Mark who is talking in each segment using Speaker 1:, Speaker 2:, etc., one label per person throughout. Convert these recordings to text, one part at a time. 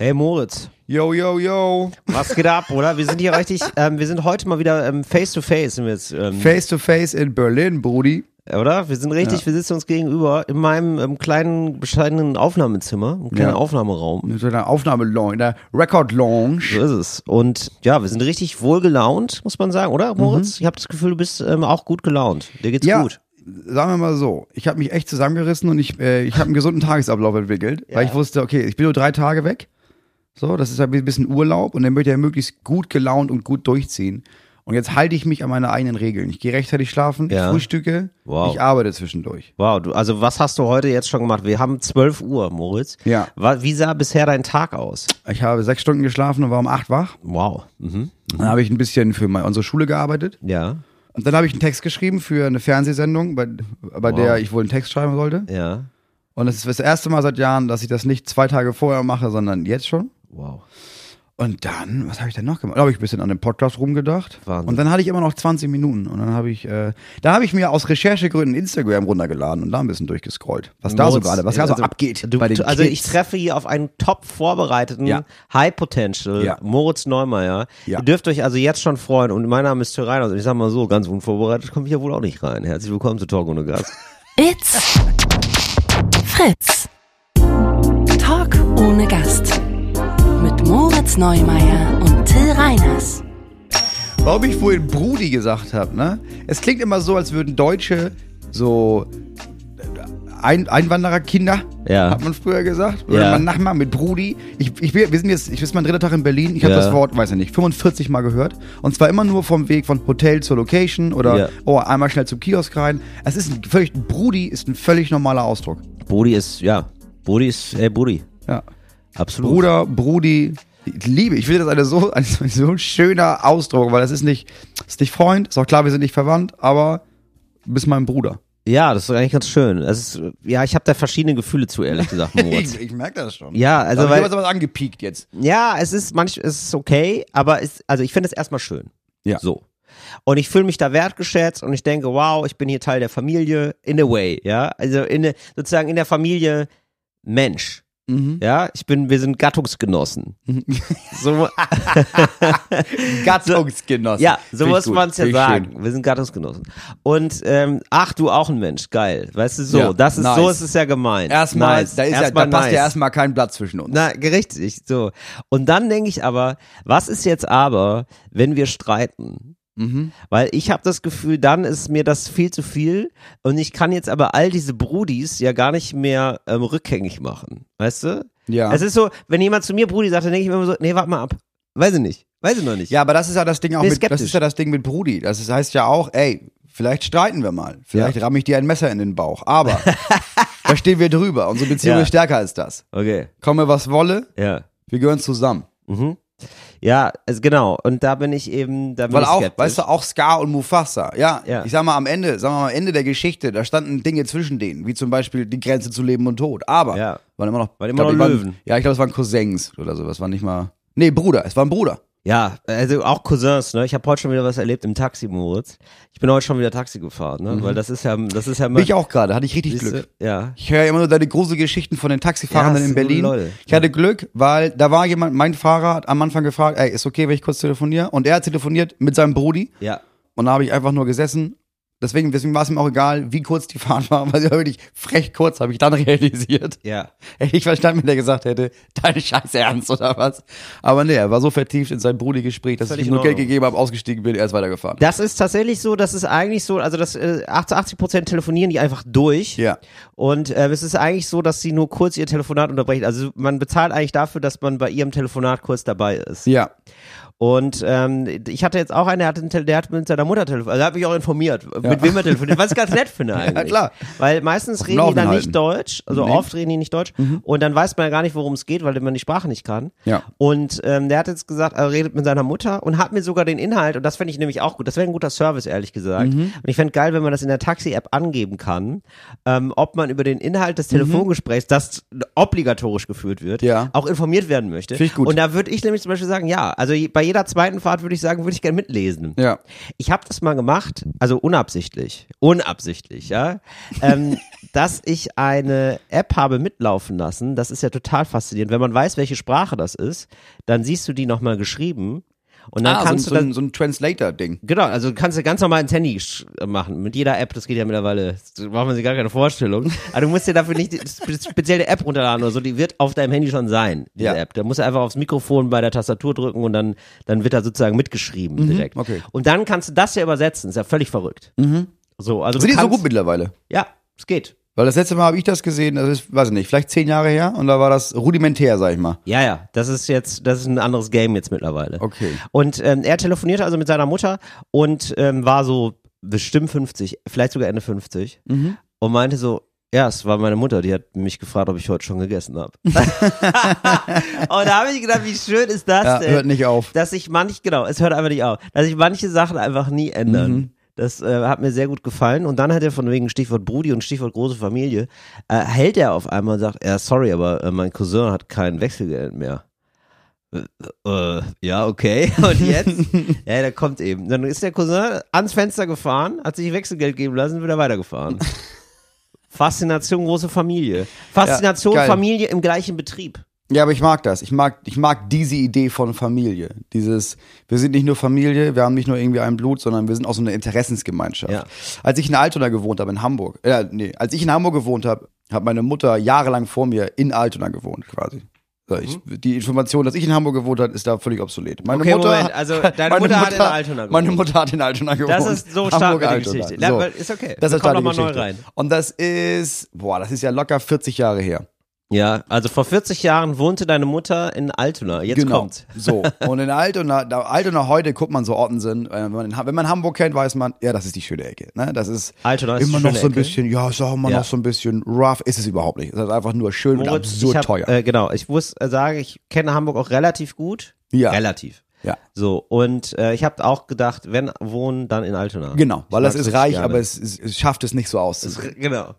Speaker 1: Hey Moritz,
Speaker 2: Yo, yo, yo.
Speaker 1: was geht ab, oder? Wir sind hier richtig, ähm, wir sind heute mal wieder ähm, face to face, sind wir jetzt, ähm,
Speaker 2: Face to face in Berlin, Brudi.
Speaker 1: oder? Wir sind richtig, wir sitzen uns gegenüber in meinem ähm, kleinen, bescheidenen Aufnahmezimmer, im kleinen
Speaker 2: Ja.
Speaker 1: Aufnahmeraum.
Speaker 2: In so einer Aufnahme-Lounge, in der Record-Lounge.
Speaker 1: So ist es. Und ja, wir sind richtig wohl gelaunt, muss man sagen, oder Moritz? Ich habe das Gefühl, du bist ähm, auch gut gelaunt. Dir geht's
Speaker 2: Mhm. Ja,
Speaker 1: gut.
Speaker 2: sagen wir mal so. Ich habe mich echt zusammengerissen und ich, äh, ich habe einen gesunden Tagesablauf entwickelt, weil ich wusste, okay, ich bin nur drei Tage weg. So, das ist ja ein bisschen Urlaub und dann möchte ich ja möglichst gut gelaunt und gut durchziehen. Und jetzt halte ich mich an meine eigenen Regeln. Ich gehe rechtzeitig schlafen,
Speaker 1: Ja.
Speaker 2: ich frühstücke,
Speaker 1: Wow.
Speaker 2: ich arbeite zwischendurch.
Speaker 1: Wow, du, also was hast du heute jetzt schon gemacht? Wir haben 12 Uhr, Moritz.
Speaker 2: Ja.
Speaker 1: Wa- Wie sah bisher dein Tag aus?
Speaker 2: Ich habe sechs Stunden geschlafen und war um acht wach.
Speaker 1: Wow. Mhm.
Speaker 2: Dann habe ich ein bisschen für meine, unsere Schule gearbeitet.
Speaker 1: Ja,
Speaker 2: Und dann habe ich einen Text geschrieben für eine Fernsehsendung, bei, bei der ich wohl einen Text schreiben sollte.
Speaker 1: ja.
Speaker 2: Und es ist das erste Mal seit Jahren, dass ich das nicht zwei Tage vorher mache, sondern jetzt schon.
Speaker 1: Wow.
Speaker 2: Und dann, was habe ich denn noch gemacht? Da habe ich ein bisschen an dem Podcast rumgedacht.
Speaker 1: Wahnsinn.
Speaker 2: Und dann hatte ich immer noch 20 Minuten. Und dann habe ich, äh, da habe ich mir aus Recherchegründen Instagram runtergeladen und da ein bisschen durchgescrollt. Was da so
Speaker 1: Moritz,
Speaker 2: gerade, was da so
Speaker 1: also,
Speaker 2: abgeht
Speaker 1: Du,
Speaker 2: bei den
Speaker 1: du, also
Speaker 2: Kids.
Speaker 1: ich treffe hier auf einen top vorbereiteten
Speaker 2: Ja.
Speaker 1: High Potential
Speaker 2: Ja.
Speaker 1: Moritz Neumeier.
Speaker 2: Ja.
Speaker 1: Ihr dürft euch also jetzt schon freuen und mein Name ist Tyrann. Also ich sag mal so, ganz unvorbereitet komme ich ja wohl auch nicht rein. Herzlich willkommen zu Talk ohne Gast.
Speaker 3: It's Fritz. Talk ohne Gast. Mit Moritz Neumeier und Till Reiners.
Speaker 2: Warum ich vorhin Brudi gesagt habe, ne? Es klingt immer so, als würden Deutsche so äh, Ein Einwandererkinder,
Speaker 1: Ja.
Speaker 2: hat man früher gesagt, würde
Speaker 1: Ja.
Speaker 2: man nachmachen mit Brudi. Ich, ich, bin- wir sind jetzt, ich bin mein dritter Tag in Berlin, ich habe
Speaker 1: Ja.
Speaker 2: das Wort, weiß ich nicht, 45 Mal gehört. Und zwar immer nur vom Weg von Hotel zur Location oder
Speaker 1: Ja.
Speaker 2: oh, einmal schnell zum Kiosk rein. Es ist ein völlig, Brudi ist ein völlig normaler Ausdruck.
Speaker 1: Budi ist, ja, Budi ist, ey Budi.
Speaker 2: Ja.
Speaker 1: Absolut.
Speaker 2: Bruder, Brudi, ich liebe. Ich finde das eine so, ein so schöner Ausdruck, weil das ist nicht, ist nicht Freund, ist auch klar, wir sind nicht verwandt, aber du bist mein Bruder.
Speaker 1: Ja, das ist eigentlich ganz schön. Das ist, ja, ich habe da verschiedene Gefühle zu, ehrlich gesagt, Moritz.
Speaker 2: merke das schon.
Speaker 1: Ja, also
Speaker 2: aber
Speaker 1: weil-
Speaker 2: ich habe was angepiekt jetzt.
Speaker 1: Ja, es ist manch, es ist okay, aber es, also ich finde es erstmal schön.
Speaker 2: Ja.
Speaker 1: So. Und ich fühle mich da wertgeschätzt und ich denke, wow, ich bin hier Teil der Familie, in a way, ja. Also in der- sozusagen in der Familie Mensch.
Speaker 2: Mhm.
Speaker 1: Ja, ich bin, wir sind Gattungsgenossen. so,
Speaker 2: Gattungsgenossen.
Speaker 1: ja, so
Speaker 2: Finde ich
Speaker 1: muss
Speaker 2: gut,
Speaker 1: man es ja
Speaker 2: finde ich schön.
Speaker 1: sagen. Wir sind Gattungsgenossen. Und ähm, ach, du auch ein Mensch, geil. Weißt du, so,
Speaker 2: Ja,
Speaker 1: das ist
Speaker 2: nice.
Speaker 1: so ist es ja gemeint.
Speaker 2: Erstmal,
Speaker 1: nice.
Speaker 2: da, ist ja, da
Speaker 1: Erstmal
Speaker 2: passt
Speaker 1: nice.
Speaker 2: ja erstmal kein Blatt zwischen uns.
Speaker 1: Na, richtig, so. Und dann denke ich aber, was ist jetzt aber, wenn wir streiten?
Speaker 2: Mhm.
Speaker 1: Weil ich habe das Gefühl, dann ist mir das viel zu viel und ich kann jetzt aber all diese Brudis ja gar nicht mehr ähm, rückgängig machen. Weißt du?
Speaker 2: Ja.
Speaker 1: Es ist so, wenn jemand zu mir Brudi sagt, dann denke ich mir immer so, nee, warte mal ab. Weiß ich nicht. Weiß ich noch nicht.
Speaker 2: Ja, aber das ist ja das Ding auch
Speaker 1: Bin
Speaker 2: mit, das
Speaker 1: skeptisch.
Speaker 2: ist ja das Ding mit Brudi. Das ist, heißt ja auch, ey, vielleicht streiten wir mal. Vielleicht
Speaker 1: Ja.
Speaker 2: ramme ich dir ein Messer in den Bauch. Aber da stehen wir drüber. Unsere Beziehung
Speaker 1: Ja.
Speaker 2: ist stärker als das.
Speaker 1: Okay.
Speaker 2: Komme was wolle,
Speaker 1: Ja.
Speaker 2: wir gehören zusammen.
Speaker 1: Ja, es, genau. Und da bin ich eben, da bin
Speaker 2: Weil
Speaker 1: ich
Speaker 2: auch,
Speaker 1: skeptisch.
Speaker 2: weißt du, auch Scar und Mufasa, ja,
Speaker 1: Ja.
Speaker 2: ich sag mal am Ende, sagen wir mal am Ende der Geschichte, da standen Dinge zwischen denen, wie zum Beispiel die Grenze zu Leben und Tod. Aber
Speaker 1: Ja.
Speaker 2: waren immer noch,
Speaker 1: Waren immer
Speaker 2: glaub,
Speaker 1: noch
Speaker 2: die
Speaker 1: Löwen.
Speaker 2: Waren, ja, ich glaube, es waren Cousins oder sowas, waren nicht mal. Nee, Bruder, es war ein Bruder.
Speaker 1: Ja, also auch Cousins, ne? Ich habe heute schon wieder was erlebt im Taxi, Moritz. Ich bin heute schon wieder Taxi gefahren, ne? Weil das ist ja, das ist ja immer.
Speaker 2: Bin ich auch gerade, hatte ich richtig
Speaker 1: Siehst du?
Speaker 2: Glück.
Speaker 1: Ja.
Speaker 2: Ich höre ja immer nur deine gruselige Geschichten von den
Speaker 1: Ja,
Speaker 2: Taxifahrenden
Speaker 1: das
Speaker 2: in
Speaker 1: sind gute
Speaker 2: Berlin.
Speaker 1: Leute.
Speaker 2: Ich hatte Glück, weil da war jemand, mein Fahrer hat am Anfang gefragt, ey, ist okay, wenn ich kurz telefoniere? Und er hat telefoniert mit seinem Brudi
Speaker 1: Ja.
Speaker 2: und da habe ich einfach nur gesessen. Deswegen, deswegen war es mir auch egal, wie kurz die Fahrt war, weil sie war wirklich frech kurz, habe ich dann realisiert.
Speaker 1: Ja.
Speaker 2: Hätte ich verstanden, wenn der gesagt hätte, deine Scheiße ernst oder was. Aber nee, er war so vertieft in sein Brudi-Gespräch, dass
Speaker 1: Völlig
Speaker 2: ich ihm nur
Speaker 1: in
Speaker 2: Geld
Speaker 1: Ordnung.
Speaker 2: gegeben habe, ausgestiegen bin, er ist weitergefahren.
Speaker 1: Das ist tatsächlich so, das ist eigentlich so, also das äh, 80 Prozent telefonieren die einfach durch.
Speaker 2: Ja.
Speaker 1: Und äh, es ist eigentlich so, dass sie nur kurz ihr Telefonat unterbrechen. Also man bezahlt eigentlich dafür, dass man bei ihrem Telefonat kurz dabei ist.
Speaker 2: Ja.
Speaker 1: Und ähm, ich hatte jetzt auch einen, der hat, einen Tele- der hat mit seiner Mutter telefoniert. Also er hat mich auch informiert, mit wem er telefoniert. Was ich ganz nett finde eigentlich.
Speaker 2: klar.
Speaker 1: Weil meistens
Speaker 2: dem
Speaker 1: reden die dann
Speaker 2: Laufenden halten.
Speaker 1: nicht Deutsch. Also
Speaker 2: Nee. Mhm.
Speaker 1: oft reden die nicht Deutsch. Und dann weiß man ja gar nicht, worum es geht, weil man die Sprache nicht kann.
Speaker 2: Ja.
Speaker 1: Und ähm, der hat jetzt gesagt, er redet mit seiner Mutter und hat mir sogar den Inhalt, und das fände ich nämlich auch gut, das wäre ein guter Service, ehrlich gesagt.
Speaker 2: Mhm.
Speaker 1: Und ich fände geil, wenn man das in der Taxi-App angeben kann, ähm, ob man über den Inhalt des Telefongesprächs, das obligatorisch geführt wird,
Speaker 2: Mhm. Ja.
Speaker 1: auch informiert werden möchte.
Speaker 2: Finde ich gut.
Speaker 1: Und da würde ich nämlich zum Beispiel sagen, ja, also je- bei jeder zweiten Fahrt würde ich sagen, würde ich gerne mitlesen.
Speaker 2: Ja.
Speaker 1: Ich habe das mal gemacht, also unabsichtlich, unabsichtlich, ja, ähm, dass ich eine App habe mitlaufen lassen. Das ist ja total faszinierend. Wenn man weiß, welche Sprache das ist, dann siehst du die nochmal geschrieben und dann
Speaker 2: ah,
Speaker 1: kannst
Speaker 2: so,
Speaker 1: du
Speaker 2: ein-
Speaker 1: dann
Speaker 2: so, ein, so ein Translator-Ding.
Speaker 1: Genau, also kannst du ganz normal ins Handy sch- äh, machen. Mit jeder App, das geht ja mittlerweile, da braucht man sich gar keine Vorstellung. Aber du musst dir dafür nicht die spe- spezielle App runterladen oder so, die wird auf deinem Handy schon sein, diese
Speaker 2: Ja.
Speaker 1: App. Da musst du einfach aufs Mikrofon bei der Tastatur drücken und dann, dann wird da sozusagen mitgeschrieben direkt.
Speaker 2: Mhm, okay. Mhm.
Speaker 1: Und dann kannst du das ja übersetzen, ist ja völlig verrückt. So, also
Speaker 2: Sind
Speaker 1: du
Speaker 2: die so
Speaker 1: kannst,
Speaker 2: gut mittlerweile?
Speaker 1: Ja, es geht.
Speaker 2: Weil das letzte Mal habe ich das gesehen, das ist, weiß ich nicht, vielleicht zehn Jahre her und da war das rudimentär, sag ich mal.
Speaker 1: Ja, ja, das ist jetzt, das ist ein anderes Game jetzt mittlerweile.
Speaker 2: Okay.
Speaker 1: Und ähm, er telefonierte also mit seiner Mutter und ähm, war so bestimmt 50, vielleicht sogar Ende 50
Speaker 2: Mhm.
Speaker 1: und meinte so, ja, es war meine Mutter, die hat mich gefragt, ob ich heute schon gegessen habe. und da habe ich gedacht, wie schön ist das äh,
Speaker 2: Ja,
Speaker 1: denn?
Speaker 2: hört nicht auf.
Speaker 1: dass ich manch, genau, es hört einfach nicht auf, dass ich manche Sachen einfach nie ändern. Das äh, hat mir sehr gut gefallen. Und dann hat er von wegen Stichwort Brudi und Stichwort große Familie, äh, hält er auf einmal und sagt, ja, sorry, aber äh, mein Cousin hat kein Wechselgeld mehr. Äh, äh, ja, okay. Und jetzt? ja, der kommt eben. Dann ist der Cousin ans Fenster gefahren, hat sich Wechselgeld geben lassen, wieder weitergefahren. Faszination große Familie. Faszination
Speaker 2: geil.
Speaker 1: Familie im gleichen Betrieb.
Speaker 2: Ja, aber ich mag das. Ich mag, ich mag diese Idee von Familie. Dieses, wir sind nicht nur Familie, wir haben nicht nur irgendwie ein Blut, sondern wir sind auch so eine Interessensgemeinschaft.
Speaker 1: Ja.
Speaker 2: Als ich in Altona gewohnt habe, in Hamburg, äh, nee, als ich in Hamburg gewohnt habe, hat meine Mutter jahrelang vor mir in Altona gewohnt, quasi. So, Ich, die Information, dass ich in Hamburg gewohnt habe, ist da völlig obsolet. Meine
Speaker 1: Mhm. Okay,
Speaker 2: Mutter,
Speaker 1: Moment, also deine
Speaker 2: meine
Speaker 1: Mutter hat in Altona
Speaker 2: Meine
Speaker 1: gewohnt.
Speaker 2: Mutter hat in Altona gewohnt.
Speaker 1: Das ist so stark
Speaker 2: Hamburg,
Speaker 1: mit der
Speaker 2: Altona.
Speaker 1: Geschichte. Na, aber ist okay.
Speaker 2: Das
Speaker 1: Wir
Speaker 2: ist
Speaker 1: kommen
Speaker 2: stark
Speaker 1: noch mal neu
Speaker 2: Geschichte.
Speaker 1: rein.
Speaker 2: Und das ist, boah, das ist ja locker 40 Jahre her.
Speaker 1: Ja, also vor 40 Jahren wohnte deine Mutter in Altona. Jetzt
Speaker 2: Genau.
Speaker 1: kommt's.
Speaker 2: So, und in Altona, da, Altona heute guckt man so Orten sind, äh, wenn man, in Ha- wenn man Hamburg kennt, weiß man, ja, das ist die schöne Ecke. Ne? Das ist
Speaker 1: Altona ist
Speaker 2: immer
Speaker 1: die schöne
Speaker 2: noch so ein
Speaker 1: Ecke.
Speaker 2: bisschen, ja, ist auch immer
Speaker 1: Ja.
Speaker 2: noch so ein bisschen rough, ist es überhaupt nicht. Es ist einfach nur schön und
Speaker 1: Moritz,
Speaker 2: absurd
Speaker 1: ich hab,
Speaker 2: teuer.
Speaker 1: Äh, genau, ich muss äh, sagen, ich kenne Hamburg auch relativ gut.
Speaker 2: Ja.
Speaker 1: Relativ.
Speaker 2: ja.
Speaker 1: So, und äh, ich habe auch gedacht, wenn wohnen, dann in Altona.
Speaker 2: Genau, weil
Speaker 1: mag
Speaker 2: das ist
Speaker 1: das
Speaker 2: reich,
Speaker 1: gerne.
Speaker 2: aber es, es, es schafft es nicht so aus.
Speaker 1: Genau.